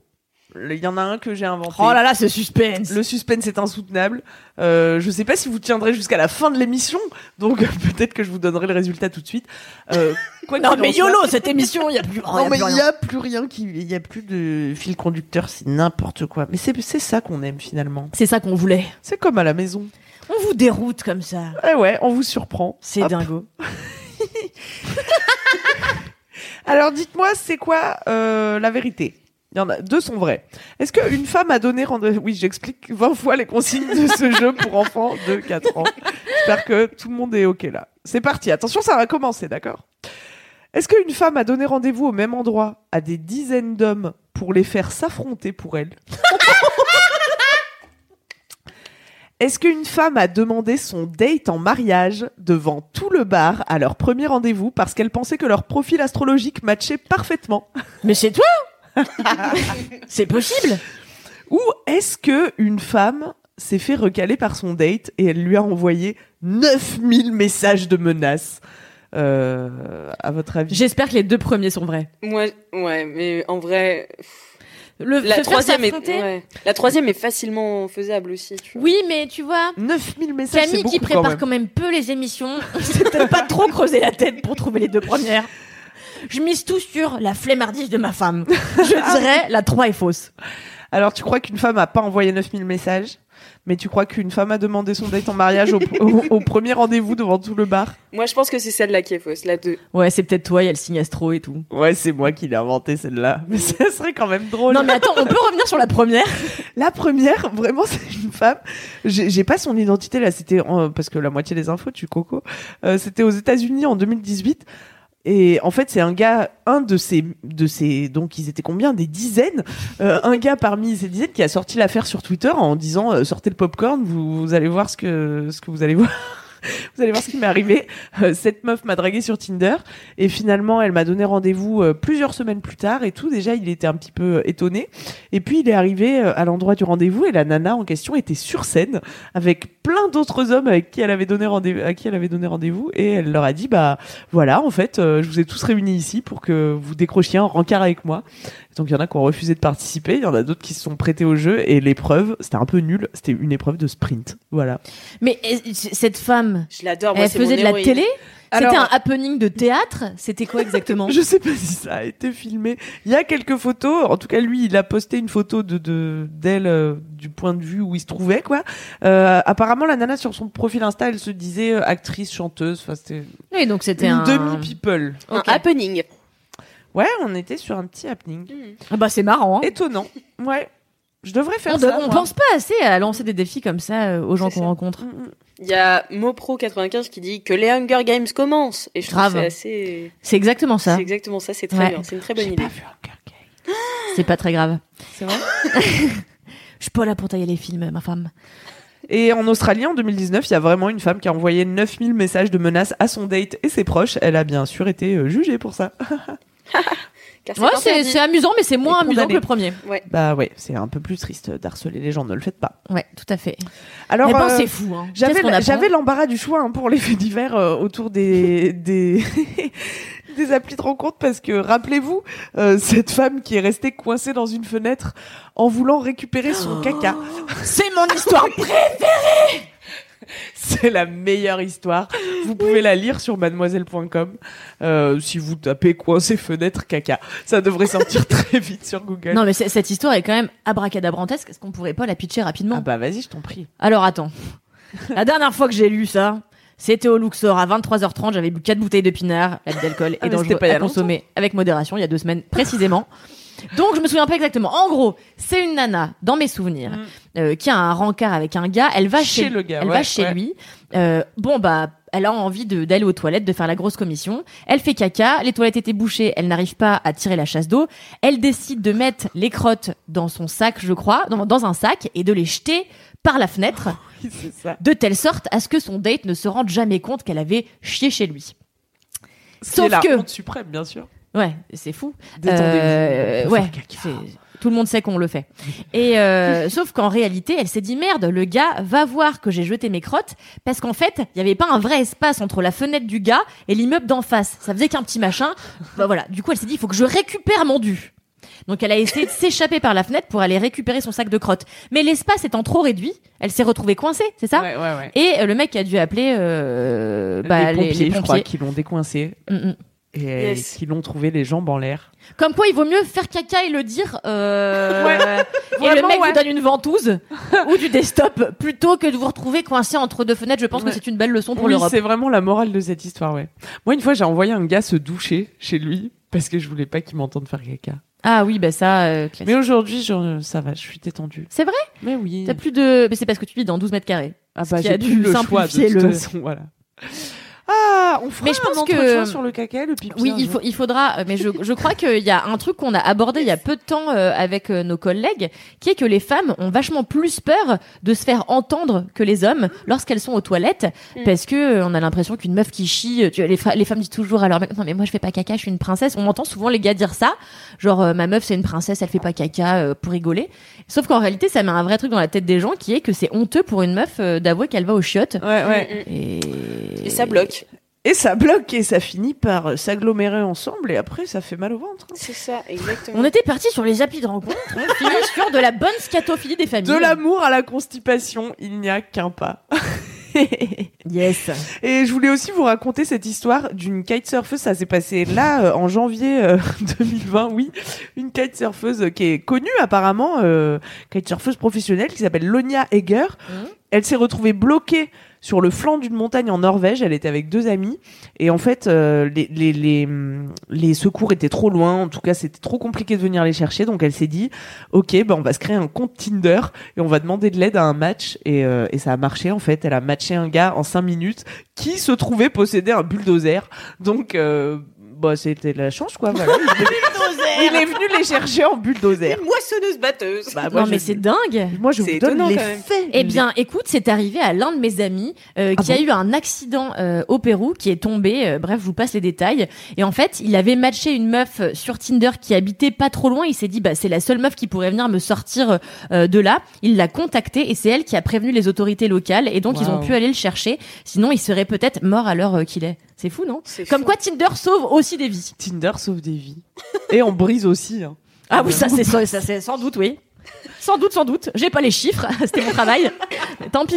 Il y en a un que j'ai inventé. Oh là là, ce suspense Le suspense est insoutenable. Euh, je sais pas si vous tiendrez jusqu'à la fin de l'émission, donc peut-être que je vous donnerai le résultat tout de suite. Euh, quoi Non qu'il mais en soit- YOLO, cette émission, il y a plus, oh, y a non, mais plus il rien. n'y a plus rien qui, il y a plus de fil conducteur, c'est n'importe quoi. Mais c'est, c'est ça qu'on aime finalement. C'est ça qu'on voulait. C'est comme à la maison. On vous déroute comme ça. Eh ouais, on vous surprend. C'est Hop. dingo. Alors dites-moi, c'est quoi euh, la vérité Il y en a deux sont vrais. Est-ce qu'une femme a donné rendez Oui, j'explique 20 fois les consignes de ce jeu pour enfants de 4 ans. J'espère que tout le monde est OK là. C'est parti. Attention, ça va commencer, d'accord Est-ce qu'une femme a donné rendez-vous au même endroit à des dizaines d'hommes pour les faire s'affronter pour elle Est-ce qu'une femme a demandé son date en mariage devant tout le bar à leur premier rendez-vous parce qu'elle pensait que leur profil astrologique matchait parfaitement Mais c'est toi C'est possible Ou est-ce que une femme s'est fait recaler par son date et elle lui a envoyé 9000 messages de menaces Euh, à votre avis J'espère que les deux premiers sont vrais. Moi, ouais, mais en vrai, Le se la faire troisième, est, s'affronter ouais. la troisième est facilement faisable aussi. Tu vois. Oui, mais tu vois, 9000 messages c'est Camille qui beaucoup quand prépare même. quand même peu les émissions, c'est peut-être pas trop creuser la tête pour trouver les deux premières. Je mise tout sur la flemmardise de ma femme. Je dirais la 3 est fausse. Alors, tu crois qu'une femme a pas envoyé 9000 messages, mais tu crois qu'une femme a demandé son date en mariage au, au- au premier rendez-vous devant tout le bar Moi, je pense que c'est celle-là qui est fausse, la 2. Ouais, c'est peut-être toi, il y a le signe astro et tout. Ouais, c'est moi qui l'ai inventé celle-là. Mais ça serait quand même drôle. Non mais attends, on peut revenir sur la première La première, vraiment, c'est une femme. J'ai j'ai pas son identité là. C'était en- parce que la moitié des infos, tu coco. Euh, C'était aux États-Unis en 2018. Et en fait, c'est un gars, un de ces, de ces, donc ils étaient combien, des dizaines, Euh, un gars parmi ces dizaines qui a sorti l'affaire sur Twitter en disant euh, sortez le popcorn, vous, vous allez voir ce que, ce que vous allez voir, vous allez voir ce qui m'est arrivé. Euh, cette meuf m'a dragué sur Tinder et finalement elle m'a donné rendez-vous euh, plusieurs semaines plus tard et tout. Déjà, il était un petit peu étonné et puis il est arrivé euh, à l'endroit du rendez-vous et la nana en question était sur scène avec plein d'autres hommes avec qui elle avait donné rendez à qui elle avait donné rendez-vous et elle leur a dit bah voilà en fait euh, je vous ai tous réunis ici pour que vous décrochiez un rencard avec moi. Donc il y en a qui ont refusé de participer, il y en a d'autres qui se sont prêtés au jeu et l'épreuve c'était un peu nul, c'était une épreuve de sprint. Voilà. Mais eh, c- cette femme, Je l'adore. moi, elle c'est mon faisait de la héroïne. télé C'était Alors- un happening de théâtre C'était quoi exactement Je sais pas si ça a été filmé. Il y a quelques photos. En tout cas, lui, il a posté une photo de de- d'elle euh, du point de vue où il se trouvait, quoi. Euh, apparemment, la nana sur son profil Insta, elle se disait euh, actrice, chanteuse. Enfin, c'était Oui, donc c'était une un demi people. Un happening. Ouais, on était sur un petit happening. Ah bah c'est marrant. hein. Étonnant. Ouais. Je devrais faire On, ça. on moi. pense pas assez à lancer des défis comme ça euh, aux gens C'est qu'on ça. rencontre. Mm, mm. Il y a Mopro95 qui dit que les Hunger Games commencent. Et je trouve Grave. que c'est assez. C'est exactement ça. C'est exactement ça, c'est très Ouais. bien. C'est une très bonne J'ai idée. pas vu Hunger Games. C'est pas très grave. C'est vrai. Je suis pas là pour tailler les films, ma femme. Et en Australie, en 2019, il y a vraiment une femme qui a envoyé 9000 messages de menaces à son date et ses proches. Elle a bien sûr été euh, jugée pour ça. Car Ouais, c'est interdit. c'est amusant, mais c'est moins Et amusant que condamné. le premier. Bah ouais, c'est un peu plus triste d'harceler les gens, ne le faites pas. Ouais, tout à fait. Alors, Eh ben, euh, c'est fou, hein. j'avais Qu'est-ce qu'on la- apprend j'avais l'embarras du choix hein, pour les faits divers euh, autour des des des applis de rencontre parce que rappelez-vous euh, cette femme qui est restée coincée dans une fenêtre en voulant récupérer son caca. Oh. C'est mon histoire préférée! C'est la meilleure histoire. Vous pouvez la lire sur mademoiselle.com euh, si vous tapez coincée fenêtre caca. Ça devrait sortir très vite sur Google. Non, mais c'est- cette histoire est quand même abracadabrantesque. Est-ce qu'on pourrait pas la pitcher rapidement? Ah bah vas-y, je t'en prie. Alors attends. La dernière fois que j'ai lu ça, c'était au Luxor à 23h30. J'avais bu 4 bouteilles de pinard. L'abus d'alcool Ah, mais est dangereux c'était pas il y a à consommer avec modération il y a deux semaines précisément. Donc je me souviens pas exactement. En gros, c'est une nana dans mes souvenirs euh, qui a un rencard avec un gars. Elle va Mm. Chez chez, le gars, elle ouais, va chez ouais. lui. Euh, bon bah. Elle a envie de- d'aller aux toilettes, de faire la grosse commission. Elle fait caca, les toilettes étaient bouchées, elle n'arrive pas à tirer la chasse d'eau. Elle décide de mettre les crottes dans son sac, je crois, dans, dans un sac, et de les jeter par la fenêtre Oui, c'est ça. de telle sorte à ce que son date ne se rende jamais compte qu'elle avait chié chez lui. C'est Sauf la que- honte suprême, bien sûr. Ouais, c'est fou. Détendez-vous. Euh, Faut ouais, faire caca. c'est- tout le monde sait qu'on le fait. Et euh, sauf qu'en réalité, elle s'est dit merde, le gars va voir que j'ai jeté mes crottes parce qu'en fait, il n'y avait pas un vrai espace entre la fenêtre du gars et l'immeuble d'en face. Ça faisait qu'un petit machin. Bah voilà. Du coup, elle s'est dit, il faut que je récupère mon dû. Donc elle a essayé de s'échapper par la fenêtre pour aller récupérer son sac de crottes. Mais l'espace étant trop réduit, elle s'est retrouvée coincée, c'est ça Ouais, ouais, ouais. Et euh, le mec a dû appeler euh, bah, les, pompiers, je crois, qui l'ont décoincé Mm, mm. et Yes. qui l'ont trouvé les jambes en l'air. Comme quoi, il vaut mieux faire caca et le dire. euh, et Vraiment, le mec ouais. vous donne une ventouse ou du desktop plutôt que de vous retrouver coincé entre deux fenêtres. Je pense Ouais. que c'est une belle leçon pour Oui, l'Europe. c'est vraiment la morale de cette histoire, ouais. Moi, une fois, j'ai envoyé un gars se doucher chez lui parce que je voulais pas qu'il m'entende faire caca. Ah oui, bah ça, euh, classique. Mais aujourd'hui, je- ça va, je suis détendue. C'est vrai Mais oui. T'as plus de. Mais c'est parce que tu vis dans 12 mètres carrés. Ah Ce bah qui a j'ai dû plus le choix de simplifier toute le- façon, voilà. Ah, on fera Mais je pense un entretien que- sur le caca et le pipi. Oui, un il, jour. faut, il faudra. euh, Mais je, je crois qu'il y a un truc qu'on a abordé il y a peu de temps euh, avec euh, nos collègues, qui est que les femmes ont vachement plus peur de se faire entendre que les hommes lorsqu'elles sont aux toilettes, Mm. parce que euh, on a l'impression qu'une meuf qui chie, euh, tu vois, les, fa- les femmes disent toujours alors non mais moi je fais pas caca, je suis une princesse. On entend souvent les gars dire ça, genre euh, ma meuf c'est une princesse, elle fait pas caca euh, pour rigoler. Sauf qu'en réalité ça met un vrai truc dans la tête des gens qui est que c'est honteux pour une meuf euh, d'avouer qu'elle va aux chiottes. Ouais, ouais. Mm, mm. Et... Et ça bloque. Et ça bloque et ça finit par euh, s'agglomérer ensemble et après ça fait mal au ventre. C'est ça, exactement. On était parti sur les applis de rencontre, on finit sur de la bonne scatophilie des familles. De l'amour à la constipation, il n'y a qu'un pas. Yes. Et je voulais aussi vous raconter cette histoire d'une kitesurfeuse. Ça s'est passé là euh, en janvier euh, 2020, oui. Une kitesurfeuse qui est connue apparemment, euh, kitesurfeuse professionnelle qui s'appelle Lonia Egger. Mhm. Elle s'est retrouvée bloquée sur le flanc d'une montagne en Norvège. Elle était avec deux amis. Et en fait, euh, les, les, les, hum, les secours étaient trop loin. En tout cas, c'était trop compliqué de venir les chercher. Donc elle s'est dit, ok, ben on va se créer un compte Tinder et on va demander de l'aide à un match. Et, euh, et ça a marché en fait. Elle a matché un gars en cinq minutes qui se trouvait posséder un bulldozer. Donc euh, bah, c'était de la chance quoi. Voilà. Il est venu les chercher en bulldozer. Une moissonneuse batteuse. Bah, moi, Non je- mais c'est dingue. Moi je C'est vous donne étonnant, les quand même. faits. Eh bien, écoute, c'est arrivé à l'un de mes amis euh, Ah qui a eu un accident euh, au Pérou, qui est tombé. euh, bref, je vous passe les détails. Et en fait, il avait matché une meuf euh, sur Tinder qui habitait pas trop loin. Il s'est dit, bah, c'est la seule meuf qui pourrait venir me sortir euh, de là. Il l'a contactée et c'est elle qui a prévenu les autorités locales. Et donc, ils ont Waouh. pu aller le chercher. Sinon, il serait peut-être mort à l'heure euh, qu'il est. C'est fou, non C'est Comme fou. quoi, Tinder sauve aussi des vies. Tinder sauve des vies. Et on brise aussi. hein. Ah oui, ça c'est ça, c'est sans doute, oui. Sans doute, sans doute. J'ai pas les chiffres, c'était mon travail. Mais Tant pis.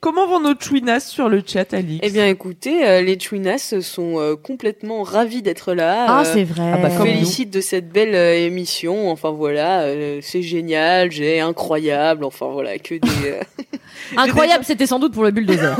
Comment vont nos chouinas sur le chat, Alix Eh bien, écoutez, euh, les Chouinas sont euh, complètement ravis d'être là. euh, vrai. ah bah, Je comme nous. félicite de cette belle euh, émission. Enfin voilà, euh, c'est génial, j'ai incroyable. Enfin voilà, que des. euh, Incroyable, c'était sans doute pour le bulldozer.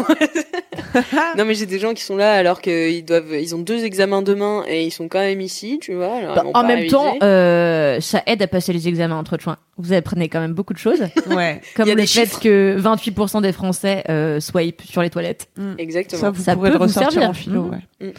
Non mais j'ai des gens qui sont là alors qu'ils doivent, ils ont deux examens demain et ils sont quand même ici, tu vois. alors ils Bah, m'ont en pas même révisé. temps, euh, ça aide à passer les examens entre chouins. Vous apprenez quand même beaucoup de choses, Ouais. comme Il y a le des fait chiffres. que 28% des Français euh, swipe sur les toilettes. exactement. Mm. Ça, vous Ça pourrez peut le vous ressortir servir. en philo. Mhm. ouais. Mhm.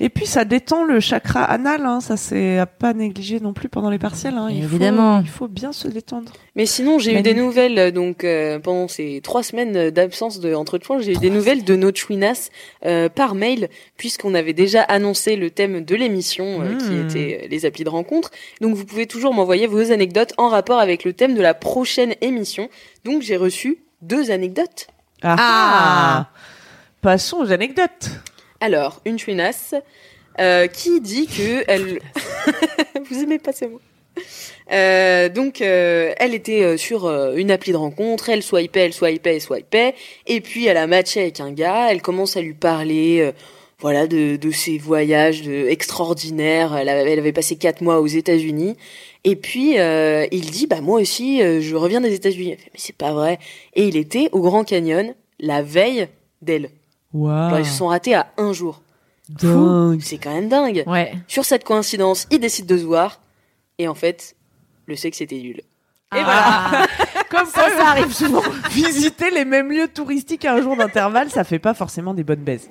Et puis, ça détend le chakra anal. hein, Ça, c'est à pas négliger non plus pendant les partiels. hein, il faut- Évidemment. il faut bien se détendre. Mais sinon, j'ai eu Manu. des nouvelles euh, donc euh, pendant ces trois semaines euh, d'absence de entre points, j'ai eu des nouvelles de nos chouinas euh, par mail puisqu'on avait déjà annoncé le thème de l'émission euh, qui Hmm. Mmh. était euh, les applis de rencontre. Donc vous pouvez toujours m'envoyer vos anecdotes en rapport avec le thème de la prochaine émission. Donc j'ai reçu deux anecdotes. Ah, Ah. Passons aux anecdotes. Alors, une chouinasse euh, qui dit que elle. Vous aimez pas ces mots. Euh, donc, euh, elle était euh, sur euh, une appli de rencontre, elle swipait, elle swipait, elle swipait, et puis elle a matché avec un gars, elle commence à lui parler, euh, voilà, de, de ses voyages de, extraordinaires, elle, avait- elle avait passé quatre mois aux États-Unis, et puis euh, il dit, bah moi aussi, euh, je reviens des États-Unis. Elle fait, mais c'est pas vrai. Et il était au Grand Canyon la veille d'elle. Genre, Waouh. Bah, ils se sont ratés à un jour. Dingue. C'est quand même dingue. Ouais. Sur cette coïncidence, ils décident de se voir. Et en fait, le sexe était nul. Et voilà. Comme ça, ça arrive souvent. Visiter les mêmes lieux touristiques à un jour d'intervalle, ça fait pas forcément des bonnes baises.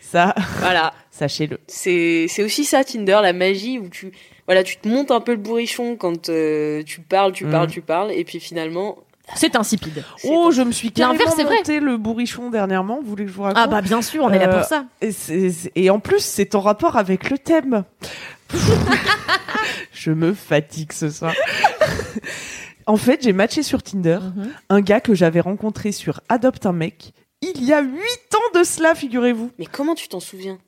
Ça, Voilà. sachez-le. C'est c'est aussi ça, Tinder, la magie où tu, voilà, tu te montes un peu le bourrichon quand euh, tu parles, tu Mhm. parles, tu parles. Et puis finalement. C'est insipide. c'est- Oh, je me suis carrément L'inverse, c'est vrai. monté le bourrichon dernièrement. Vous voulez que je vous raconte Ah bah bien sûr, on est là Euh, pour ça. Et, c'est- c'est- et en plus, c'est en rapport avec le thème. je me fatigue ce soir. en fait, j'ai matché sur Tinder Mm-hmm. un gars que j'avais rencontré sur Adopte un mec. Il y a huit ans de cela, figurez-vous. Mais comment tu t'en souviens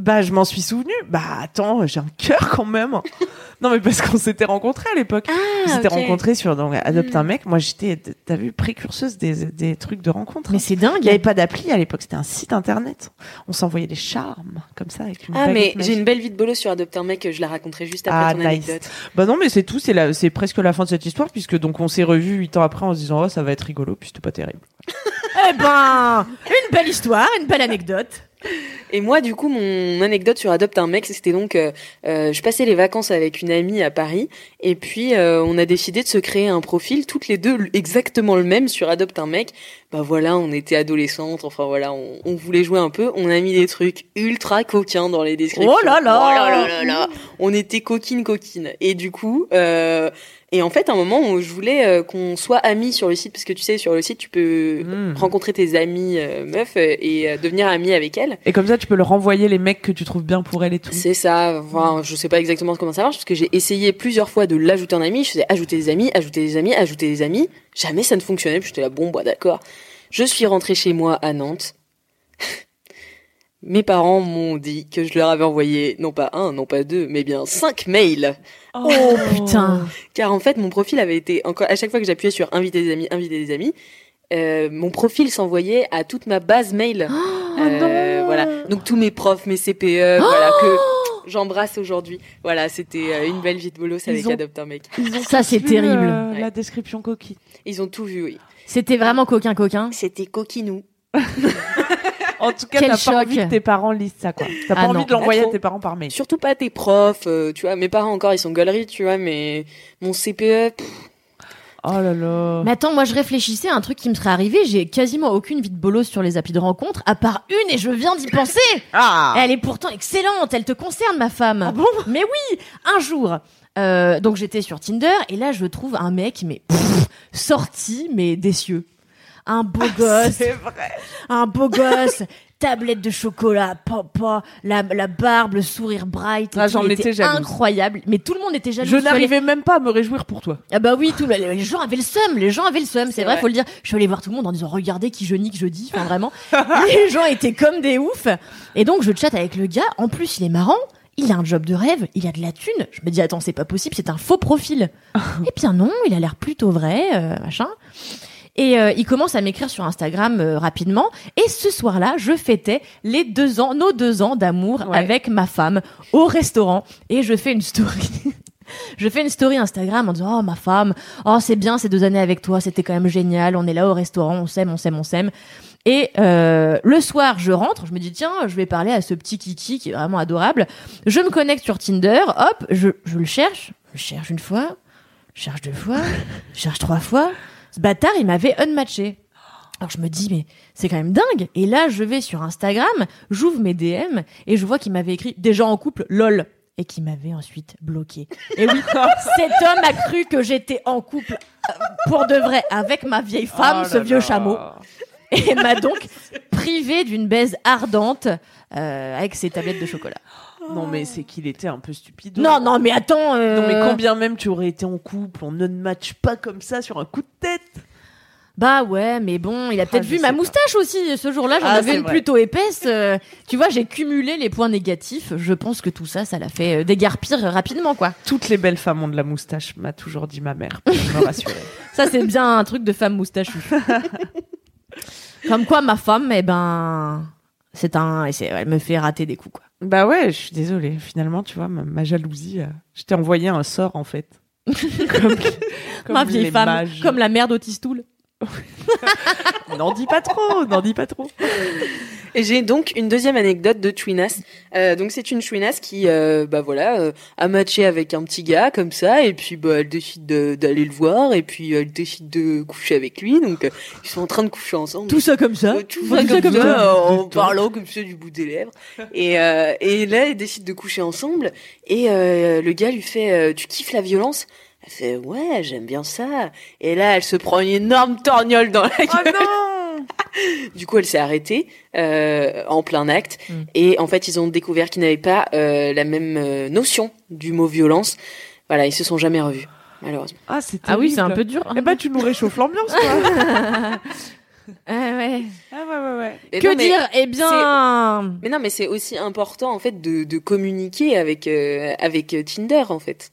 Bah, je m'en suis souvenu. Bah, attends, j'ai un cœur quand même. non, mais parce qu'on s'était rencontrés à l'époque. on s'était Ah, ok. rencontrés sur donc, Adopte Hmm. un mec. Moi, j'étais, t'as vu, précurseuse des, des trucs de rencontre. Mais c'est dingue. Il n'y avait pas d'appli à l'époque, c'était un site internet. On s'envoyait des charmes comme ça avec une Ah, mais baguette j'ai magique. une belle vie de bolos sur Adopt un mec, je la raconterai juste après Ah, ton nice. anecdote. Bah non, mais c'est tout, c'est la- c'est presque la fin de cette histoire puisque donc on s'est revus huit ans après en se disant oh ça va être rigolo puis c'était pas terrible. Ah. Eh ben, une belle histoire, une belle anecdote. Et moi, du coup, mon anecdote sur Adopte un mec, c'était donc, euh, euh, je passais les vacances avec une amie à Paris, et puis euh, on a décidé de se créer un profil, toutes les deux exactement le même sur Adopte un mec. Bah voilà, on était adolescentes, enfin voilà, on, on voulait jouer un peu, on a mis des trucs ultra coquins dans les descriptions. Oh là là Oh là là là On était coquine coquine, et du coup. Euh, et en fait, à un moment, on- je voulais euh, qu'on soit amis sur le site, parce que tu sais, sur le site, tu peux Hmm. rencontrer tes amis euh, meufs euh, et euh, devenir ami avec elles. Et comme ça, tu peux leur envoyer les mecs que tu trouves bien pour elle et tout. C'est ça. Enfin, je sais pas exactement comment ça marche parce que j'ai essayé plusieurs fois de l'ajouter en ami. Je faisais ajouter des amis, ajouter des amis, ajouter des amis. Jamais ça ne fonctionnait. puis J'étais là, bon, bah d'accord. Je suis rentrée chez moi à Nantes. Mes parents m'ont dit que je leur avais envoyé non pas un, non pas deux, mais bien cinq mails. Oh putain. Car en fait, mon profil avait été encore à chaque fois que j'appuyais sur inviter des amis, inviter des amis, euh, mon profil s'envoyait à toute ma base mail. Euh, Voilà. Donc tous mes profs, mes CPE, voilà que j'embrasse aujourd'hui. Voilà, c'était euh, une belle vie de bolos avec ont- Adopt un mec. Ça, c'est Vu, terrible. euh, Ouais. La description coquille. Ils ont tout vu, oui. C'était vraiment coquin, coquin. C'était coquinou. En tout cas, Quel t'as pas choc. envie que tes parents lisent ça, quoi. T'as Ah pas non. envie de l'envoyer Pas à trop. tes parents par mail. Surtout pas tes profs, euh, tu vois. Mes parents encore, ils sont galeries, tu vois. Mais mon E, CPE, pff, Oh là là. Mais attends, moi je réfléchissais à un truc qui me serait arrivé. J'ai quasiment aucune vie de bolos sur les applis de rencontre, à part une, et je viens d'y penser. Ah. Elle est pourtant excellente, elle te concerne, ma femme. Ah bon mais oui, un jour, euh, donc j'étais sur Tinder et là je trouve un mec, mais pff, sorti, mais des cieux. Un beau gosse, Ah, C'est vrai. un beau gosse, tablette de chocolat, papa, la, la barbe, le sourire bright. et Ah, tout, j'en il étais était jalouse. Incroyable, mais tout le monde était jaloux. Je Je suis allée- n'arrivais même pas à me réjouir pour toi. Ah bah oui, tout le- les gens avaient le seum, les gens avaient le seum, c'est vrai, vrai. faut le dire. Je suis allée voir tout le monde en disant regardez qui je nique jeudi, enfin vraiment. les gens étaient comme des oufs. Et donc je chatte avec le gars, en plus il est marrant, il a un job de rêve, il a de la thune. Je me dis attends, c'est pas possible, c'est un faux profil. Eh bien non, il a l'air plutôt vrai, euh, machin. Et euh, il commence à m'écrire sur Instagram euh, rapidement. Et ce soir-là, je fêtais les deux ans, nos deux ans d'amour Ouais. avec ma femme au restaurant. Et je fais une story. je fais une story Instagram en disant Oh, ma femme, oh, c'est bien ces deux années avec toi, c'était quand même génial. On est là au restaurant, on s'aime, on s'aime, on s'aime. Et euh, le soir, je rentre, je me dis tiens, je vais parler à ce petit Kiki qui est vraiment adorable. Je me connecte sur Tinder, hop, je, je le cherche, je le cherche une fois, je cherche deux fois, je cherche trois fois. Ce bâtard, il m'avait unmatché. Alors je me dis mais c'est quand même dingue. Et là, je vais sur Instagram, j'ouvre mes DM et je vois qu'il m'avait écrit déjà en couple, lol. Et qu'il m'avait ensuite bloqué. Et oui, cet homme a cru que j'étais en couple euh, pour de vrai avec ma vieille femme, Oh ce là vieux là. chameau et m'a donc privée d'une baise ardente euh, avec ses tablettes de chocolat. Non, mais c'est qu'il était un peu stupide. Non, non, mais attends. euh, Non, mais combien même tu aurais été en couple On ne match pas comme ça sur un coup de tête. Bah ouais, mais bon, il a peut-être Ah, je vu sais ma pas. moustache aussi. euh, Ce jour-là, j'en Ah, avais c'est une vrai. plutôt épaisse. euh, tu vois, j'ai cumulé les points négatifs. Je pense que tout ça, ça l'a fait euh, dégarpir rapidement, quoi. Toutes les belles femmes ont de la moustache, m'a toujours dit ma mère. Pour me rassurer. Ça, c'est bien un truc de femme moustachue. Comme quoi, ma femme, eh ben, c'est un, et c'est- elle me fait rater des coups, quoi. bah ouais, je suis désolée. Finalement, tu vois, ma, ma jalousie, euh, je t'ai envoyé un sort en fait. comme, comme ma vieille les femme, mages. comme la mère d'Otistoul. N'en dis pas trop, n'en dis pas trop. Et j'ai donc une deuxième anecdote de Twinas. Euh, donc c'est une Twinas qui, euh, bah voilà, euh, a matché avec un petit gars comme ça, et puis bah elle décide de- d'aller le voir, et puis euh, elle décide de coucher avec lui. Donc euh, ils sont en train de coucher ensemble. Tout ça comme ça. Euh, tout ça comme, ça, euh, en parlant comme ça du bout des lèvres. Et, euh, et là, ils décident de coucher ensemble. Et euh, le gars lui fait euh, Tu kiffes la violence Elle fait Ouais, j'aime bien ça. Et là, elle se prend une énorme torgnole dans la gueule. non Du coup, elle s'est arrêtée euh, en plein acte. Et en fait, ils ont découvert qu'ils n'avaient pas euh, la même euh, notion du mot violence. Voilà, ils se sont jamais revus, malheureusement. Ah, c'est Ah oui, c'est un terrible. peu dur. Eh ben, tu nous réchauffes l'ambiance, quoi. ouais. ah ouais, ouais, ouais. Mais Que non, mais- dire Eh bien, Mais non, mais c'est aussi important en fait de, de communiquer avec euh, avec Tinder en fait.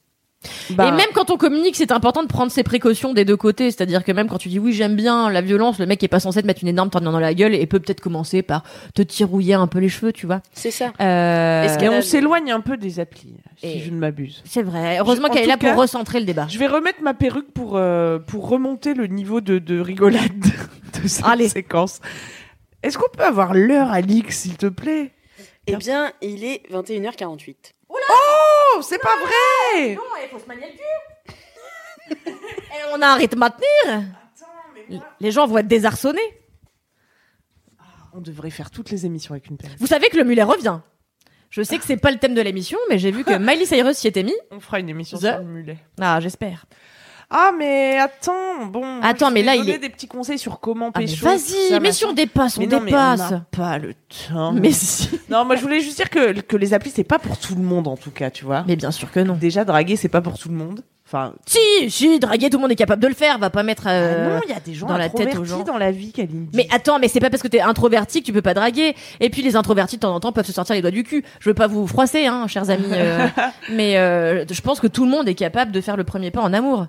Bah, et même quand on communique, c'est important de prendre ses précautions des deux côtés. C'est-à-dire que même quand tu dis oui, j'aime bien la violence, le mec est pas censé te mettre une énorme tornade dans la gueule et peut peut-être commencer par te tirouiller un peu les cheveux, tu vois. C'est ça. Euh, Est-ce Et qu'elle- on s'éloigne un peu des applis, Et- si je ne m'abuse. C'est vrai. Heureusement Je- en qu'elle est tout là cas- pour recentrer le débat. Je vais remettre ma perruque pour, euh, pour remonter le niveau de, de rigolade de cette Allez. séquence. Est-ce qu'on peut avoir l'heure, Alix, s'il te plaît Eh bien, il est 21h48. Oh, c'est pas vrai Non, il faut se manier le cul. Et Eh, on a un rythme à tenir. Les gens vont être désarçonnés. On devrait faire toutes les émissions avec une perruque. Vous savez que le mulet revient. Je sais que c'est pas le thème de l'émission, mais j'ai vu que Miley Cyrus s'y était mis. On fera une émission The- sur le mulet. Ah, j'espère. Ah, mais attends, bon. moi, Attends, je mais t'ai là, donné il est- des petits conseils sur comment Ah, mais pécho. tout Vas-y, ça, mais machin. si on dépasse, on Mais non, mais dépasse. on n'a pas le temps. Mais si. Non, moi, je voulais juste dire que, que les applis, c'est pas pour tout le monde, en tout cas, tu vois. Mais bien sûr que non. Déjà, draguer, c'est pas pour tout le monde. Enfin, Si, si, draguer, tout le monde est capable de le faire. Va pas mettre. euh, ah non, il y a des gens dans la tête aux introvertis gens. dans la vie, Kalindi. Mais attends, mais c'est pas parce que t'es introverti que tu peux pas draguer. Et puis les introvertis de temps en temps peuvent se sortir les doigts du cul. Je veux pas vous froisser, hein, chers amis. euh, mais euh, je pense que tout le monde est capable de faire le premier pas en amour.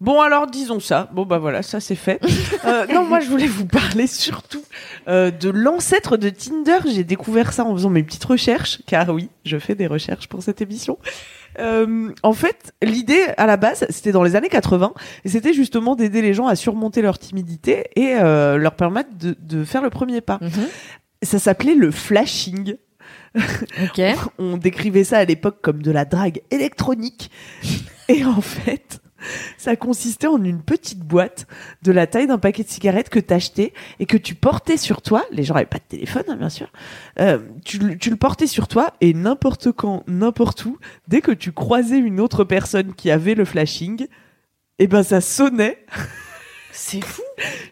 Bon, alors disons ça. Bon, bah voilà, ça c'est fait. Euh, non, moi je voulais vous parler surtout euh, de l'ancêtre de Tinder. J'ai découvert ça en faisant mes petites recherches, car oui, je fais des recherches pour cette émission. Euh, en fait, l'idée à la base, c'était dans les années 80, et c'était justement d'aider les gens à surmonter leur timidité et euh, leur permettre de, de faire le premier pas. Mhm. Ça s'appelait le flashing. Ok. On décrivait ça à l'époque comme de la drague électronique. Et en fait, ça consistait en une petite boîte de la taille d'un paquet de cigarettes que t'achetais et que tu portais sur toi. Les gens n'avaient pas de téléphone, hein, bien sûr. Euh, tu, le- tu le portais sur toi et n'importe quand, n'importe où, dès que tu croisais une autre personne qui avait le flashing, eh ben ça sonnait. C'est fou,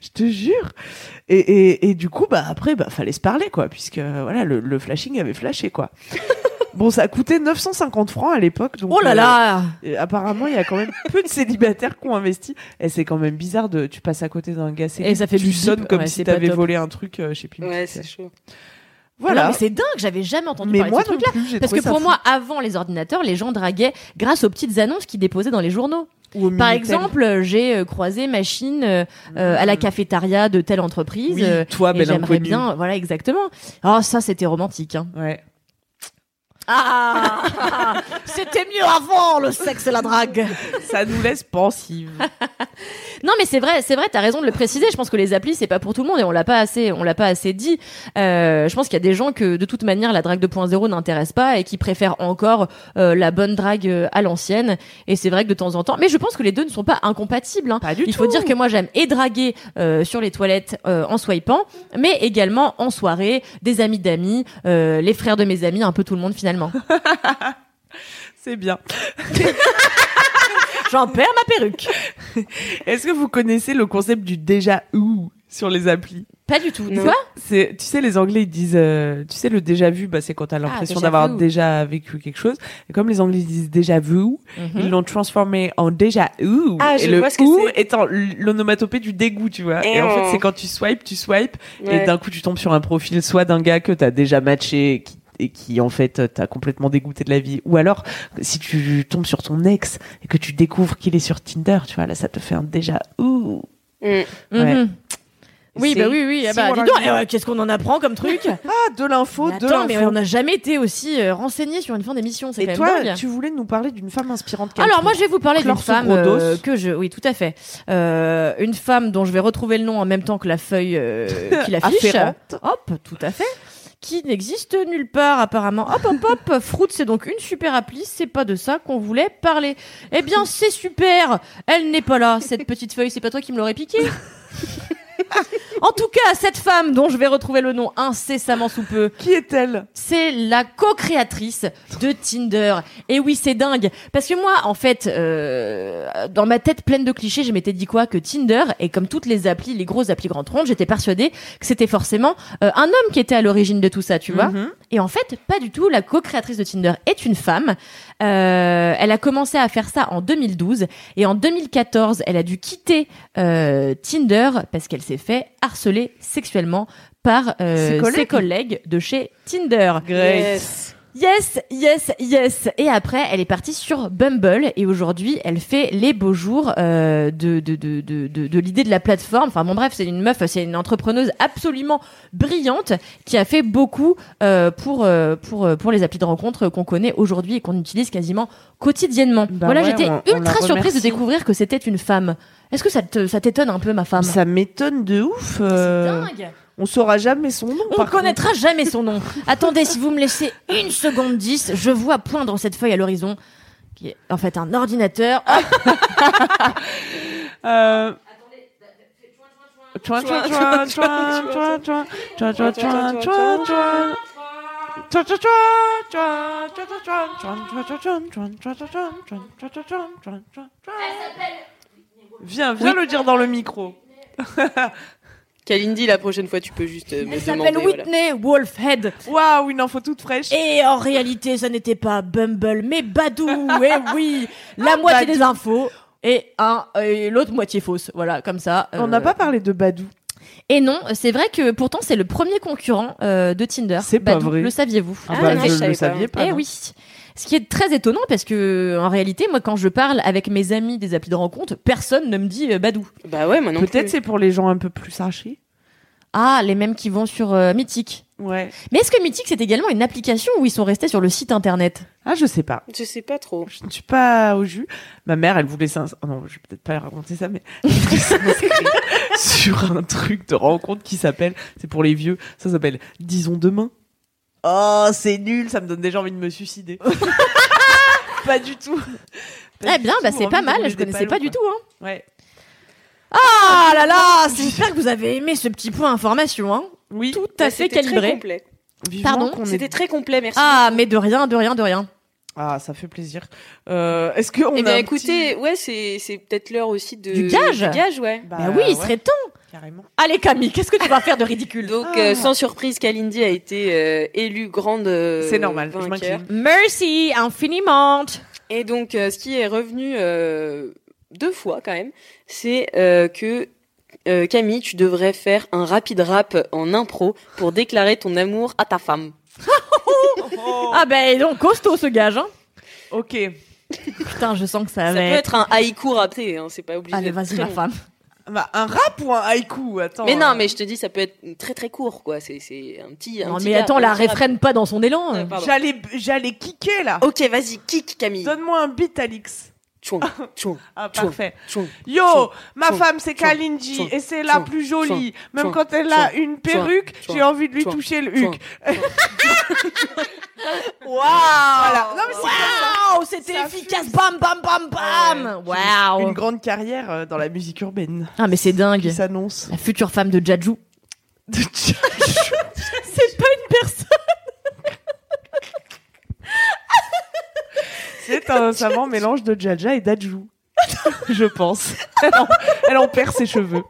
je te jure. Et, et, et du coup, bah après, bah fallait se parler quoi, puisque voilà, le, le flashing avait flashé quoi. bon, ça coûtait 950 francs à l'époque, donc. Oh là euh, là et apparemment, il y a quand même peu de célibataires qui ont investi. Et c'est quand même bizarre de. Tu passes à côté d'un gars célib, Et ça fait tu bip, sonnes bip. comme Ouais, si c'est pas t'avais top. volé un truc, euh, je sais plus. Ouais, Mm. c'est chaud. Voilà. Non, mais c'est dingue, j'avais jamais entendu mais parler moi de ce non truc-là. plus, j'ai Parce trouvé que ça pour fou. moi, avant les ordinateurs, les gens draguaient grâce aux petites annonces qu'ils déposaient dans les journaux. Ou au Par Minitel. exemple, euh, j'ai euh, croisé machine euh, euh, à la cafétéria de telle entreprise. Ah. Oui, euh, toi, et belle j'aimerais inconnue. bien, voilà, exactement. Ah, ça, c'était romantique. Hein. Ouais. Ah C'était mieux avant le sexe et la drague. Ça nous laisse pensive. Non mais c'est vrai, c'est vrai, t'as raison de le préciser. Je pense que les applis c'est pas pour tout le monde et on l'a pas assez, on l'a pas assez dit. Euh, je pense qu'il y a des gens que de toute manière la drague 2.0 n'intéresse pas et qui préfèrent encore euh, la bonne drague euh, à l'ancienne. Et c'est vrai que de temps en temps, mais je pense que les deux ne sont pas incompatibles. hein. Pas du Il tout. faut dire que moi j'aime et draguer euh, sur les toilettes euh, en swipant, mais également en soirée, des amis d'amis, euh, les frères de mes amis, un peu tout le monde finalement. C'est bien. J'en perds ma perruque. Est-ce que vous connaissez le concept du déjà ou sur les applis Pas du tout. Tu Non. vois C'est, tu sais, les Anglais ils disent, euh, tu sais, le déjà vu, bah, c'est quand t'as l'impression Ah, déjà d'avoir vu. déjà vécu quelque chose. Et comme les Anglais disent déjà vu, Hmm? ils l'ont transformé en déjà ou. Ah, et je le vois ce que ou c'est. étant l- l'onomatopée du dégoût, tu vois. Et, Et Eh en on- oh. fait, c'est quand tu swipes, tu swipes, Ouais. et d'un coup, tu tombes sur un profil soit d'un gars que t'as déjà matché et qui, et qui, en fait, t'as complètement dégoûté de la vie. Ou alors, si tu tombes sur ton ex et que tu découvres qu'il est sur Tinder, tu vois, là, ça te fait un déjà ou. Mm. Ouais. Mhm. Oui, C'est- bah oui, oui. ah c'est bah, dis voilà. donc, eh ouais, qu'est-ce qu'on en apprend comme truc Ah, de l'info, Mais Attends, mais on n'a jamais été aussi euh, renseigné sur une fin d'émission, c'est Et quand toi, même dingue. tu voulais nous parler d'une femme inspirante. quelle Alors trouve moi, je vais vous parler d'une Clore sous femme gros dos. euh, que je, oui, tout à fait, Euh, une femme dont je vais retrouver le nom en même temps que la feuille euh, qui l'affiche. Afférente. Hop, tout à fait. Qui n'existe nulle part apparemment. Hop, hop, hop. Fruit, c'est donc une super appli. C'est pas de ça qu'on voulait parler. Eh bien, c'est super. Elle n'est pas là. Cette petite feuille, c'est pas toi qui me l'aurais piquée. en tout cas, cette femme dont je vais retrouver le nom incessamment sous peu, Qui est-elle c'est la co-créatrice de Tinder. Et oui, c'est dingue. Parce que moi, en fait, euh, dans ma tête pleine de clichés, je m'étais dit quoi Que Tinder, et comme toutes les applis, les grosses applis grandes rondes, j'étais persuadée que c'était forcément euh, un homme qui était à l'origine de tout ça, tu vois Mhm. Et en fait, pas du tout. La co-créatrice de Tinder est une femme. Euh, elle a commencé à faire ça en 2012. Et en 2014, elle a dû quitter euh, Tinder parce qu'elle s'est fait harceler sexuellement par euh, Ses collègues ses collègues de chez Tinder. Yes. Yes, yes, yes. Et après, elle est partie sur Bumble et aujourd'hui, elle fait les beaux jours euh, de, de, de, de, de, de l'idée de la plateforme. Enfin bon, bref, c'est une meuf, c'est une entrepreneuse absolument brillante qui a fait beaucoup euh, pour, euh, pour, euh, pour les applis de rencontre qu'on connaît aujourd'hui et qu'on utilise quasiment quotidiennement. Bah voilà, ouais, j'étais on- on la ultra surprise de remercie. découvrir que c'était une femme. Est-ce que ça te- ça t'étonne un peu, ma femme Ça m'étonne de ouf. C'est euh, dingue On saura jamais son nom. On par ne connaîtra jamais son nom. Attendez, si vous me laissez une seconde dix, je vois poindre cette feuille à l'horizon, qui est en fait un ordinateur. Ah, contre. Euh, Chouin, chouin, chouin, chouin, chouin, chouin, chouin, chouin, chouin, chouin, chouin. Chouin, chouin, chouin, chouin, chouin, chouin, chouin, chouin, chouin, chouin, chouin, chouin, chouin, chouin, chouin, chouin, chouin, chouin. Viens, viens le dire dans le micro. Kalindi, la prochaine fois, tu peux juste euh, me Elle demander. s'appelle voilà. Whitney Wolfhead. Waouh, une info toute fraîche. Et en réalité, ça n'était pas Bumble, mais Badou. Eh oui, la Ah, moitié Badou. des infos et un et l'autre moitié fausse. Voilà, comme ça. On euh, n'a pas parlé de Badou. Et non, c'est vrai que pourtant c'est le premier concurrent euh, de Tinder. C'est pas Badou, vrai. Le saviez-vous Ah bah, non. je je savais le pas. savais pas. Eh non. oui. Ce qui est très étonnant parce que en réalité, moi, quand je parle avec mes amis des applis de rencontre, personne ne me dit euh, Badou. Bah ouais, moi non Peut-être plus. c'est pour les gens un peu plus archés. Ah, les mêmes qui vont sur euh, Mythic. Ouais. Mais est-ce que Mythic c'est également une application où ils sont restés sur le site internet Ah, je sais pas. Je sais pas trop. Je ne suis pas au jus. Ma mère, elle voulait s'inscrire. Non, je vais peut-être pas raconter ça, mais elle voulait s'inscrire sur un truc de rencontre qui s'appelle. C'est pour les vieux. Ça s'appelle Disons demain. Oh, c'est nul. Ça me donne déjà envie de me suicider. pas du tout. Pas Eh du bien, bah tout c'est envie pas de mal. rouler Je des connaissais pas palos, du tout. quoi. Hein. Ouais. Ah là là, j'espère que vous avez aimé ce petit point information. Hein. Oui. Tout à Ouais, fait c'était Très calibré. complet. Vivement Pardon, qu'on ait- C'était très complet, merci. Ah, mais de rien, de rien, de rien. Ah, ça fait plaisir. Euh, Est-ce que on Eh a bien, un écoutez, ouais, c'est c'est peut-être l'heure aussi de Du gage ouais. petit- Bah, bah oui, il ouais, serait temps. carrément. Allez Camille, qu'est-ce que tu vas faire de ridicule Donc, Ah. euh, sans surprise, Kalindi a été euh, élue grande. euh, C'est normal. Je vainqueur. m'incline. Merci infiniment. Et donc, euh, ce qui est revenu euh, deux fois quand même, c'est euh, que euh, Camille, tu devrais faire un rapide rap en impro pour déclarer ton amour à ta femme. Ah ben donc costaud ce gage. Hein. Oh, Ok. Putain, je sens que ça, Ça peut va être. être un haïku rapé, hein, c'est pas obligé. Ah, Allez, d'être vas-y très ma long. femme. Bah, un rap ou un haïku Attends. Mais euh, non, mais je te dis, ça peut être très très court, quoi. C'est c'est un petit. un Non petit mais gars, attends, un la petit rap. réfrène pas dans son élan. Ouais, pardon. J'allais, j'allais kicker là. Ok, vas-y, kick Camille. Donne-moi un beat, Alix. Chouin, chouin, Ah, Chouin. parfait. chouin. Yo, Chouin. ma Chouin. femme, c'est Chouin. Kalindi Chouin. et c'est la Chouin. plus jolie. Chouin. Même Chouin. quand elle a Chouin. une perruque, Chouin. j'ai envie de lui Chouin. toucher le Chouin. huc. Voilà. Non, mais c'est Waouh, c'était Ça efficace. Bam, bam, bam, bam. une Waouh. grande carrière euh, dans la musique urbaine Ah mais c'est dingue. qui s'annonce. La future femme de Jaju. C'est pas une personne. c'est un savant mélange de Jaja et d'Adju. Je pense. Elle en, elle en perd ses cheveux.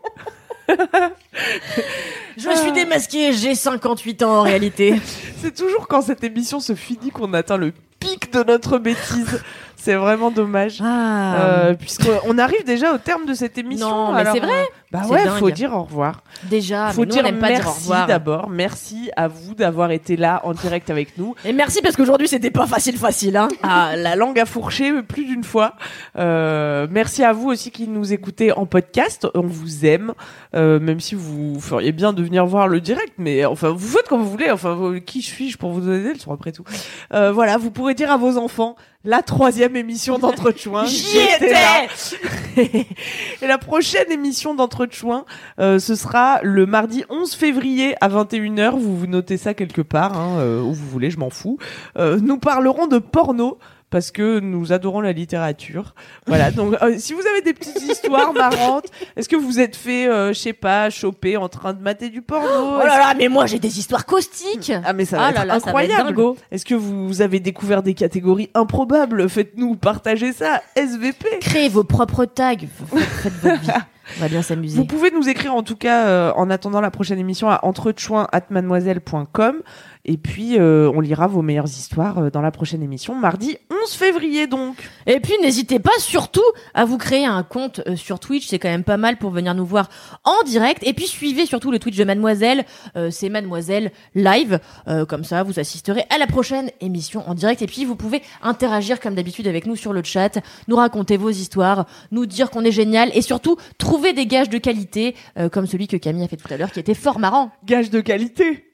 Je suis démasquée. J'ai 58 ans en réalité. C'est toujours quand cette émission se finit qu'on atteint le pic de notre bêtise. C'est vraiment dommage. Ah. Euh, puisqu'on arrive déjà au terme de cette émission. Non, mais alors, c'est vrai. euh, Bah C'est ouais, dingue. faut dire au revoir. Déjà. faut mais nous, on dire aime pas merci dire au revoir. d'abord. Merci à vous d'avoir été là en direct avec nous. Et merci parce qu'aujourd'hui c'était pas facile facile hein. Ah, la langue à fourcher plus d'une fois. Euh, merci à vous aussi qui nous écoutez en podcast. On vous aime, euh, même si vous feriez bien de venir voir le direct. Mais enfin, vous faites comme vous voulez. Enfin, vous- qui suis-je pour vous donner des leçons après tout Euh, Voilà, vous pourrez dire à vos enfants la troisième émission d'Entrechoin. J'y étais là. Et la prochaine émission d'Entrechoin, euh, ce sera le mardi 11 février à 21h. Vous vous notez ça quelque part, hein, euh, où vous voulez, je m'en fous. Euh, nous parlerons de porno parce que nous adorons la littérature. Voilà, donc euh, si vous avez des petites histoires marrantes, est-ce que vous êtes fait, euh, je sais pas, choper en train de mater du porno Oh là là, mais moi j'ai des histoires caustiques. Ah mais ça va Ah être là là, ça va être incroyable dingo. Est-ce que vous avez découvert des catégories improbables Faites-nous partager ça, SVP Créez vos propres tags. Faites faites votre vie. On va bien s'amuser. Vous pouvez nous écrire en tout cas euh, en attendant la prochaine émission à entrechoin@mademoiselle.com et puis euh, on lira vos meilleures histoires euh, dans la prochaine émission mardi 11 février donc. Et puis n'hésitez pas surtout à vous créer un compte euh, sur Twitch, c'est quand même pas mal pour venir nous voir en direct. Et puis suivez surtout le Twitch de Mademoiselle, euh, c'est Mademoiselle Live, Euh, comme ça vous assisterez à la prochaine émission en direct. Et puis vous pouvez interagir comme d'habitude avec nous sur le chat, nous raconter vos histoires, nous dire qu'on est génial et surtout trouver des gages de qualité euh, comme celui que Camille a fait tout à l'heure qui était fort marrant. Gage de qualité.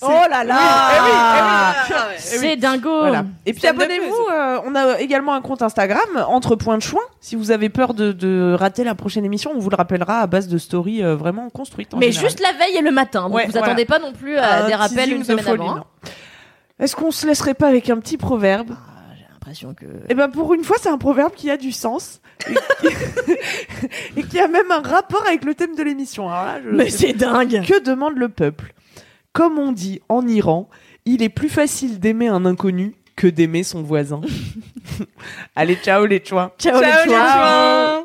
Oh là 哎 là C'est dingo. Eh Voilà. Et puis Stand-up abonnez-vous, euh, on a également un compte Instagram, entre points de choix. Si vous avez peur de, de rater la prochaine émission, on vous le rappellera à base de stories euh, vraiment construites. en Mais général. juste la veille et le matin. Donc Ouais, vous voilà. attendez pas non plus à Un des rappels teasing une de semaine folie, avant. hein. non. Est-ce qu'on se laisserait pas avec un petit proverbe Ah, J'ai l'impression que. Eh ben pour une fois, c'est un proverbe qui a du sens et qui, et qui a même un rapport avec le thème de l'émission. Alors là, je- Mais c'est dingue. que demande le peuple Comme on dit en Iran, il est plus facile d'aimer un inconnu que d'aimer son voisin. Allez, ciao les chouins. Ciao, les Ciao, les chouins. chouins.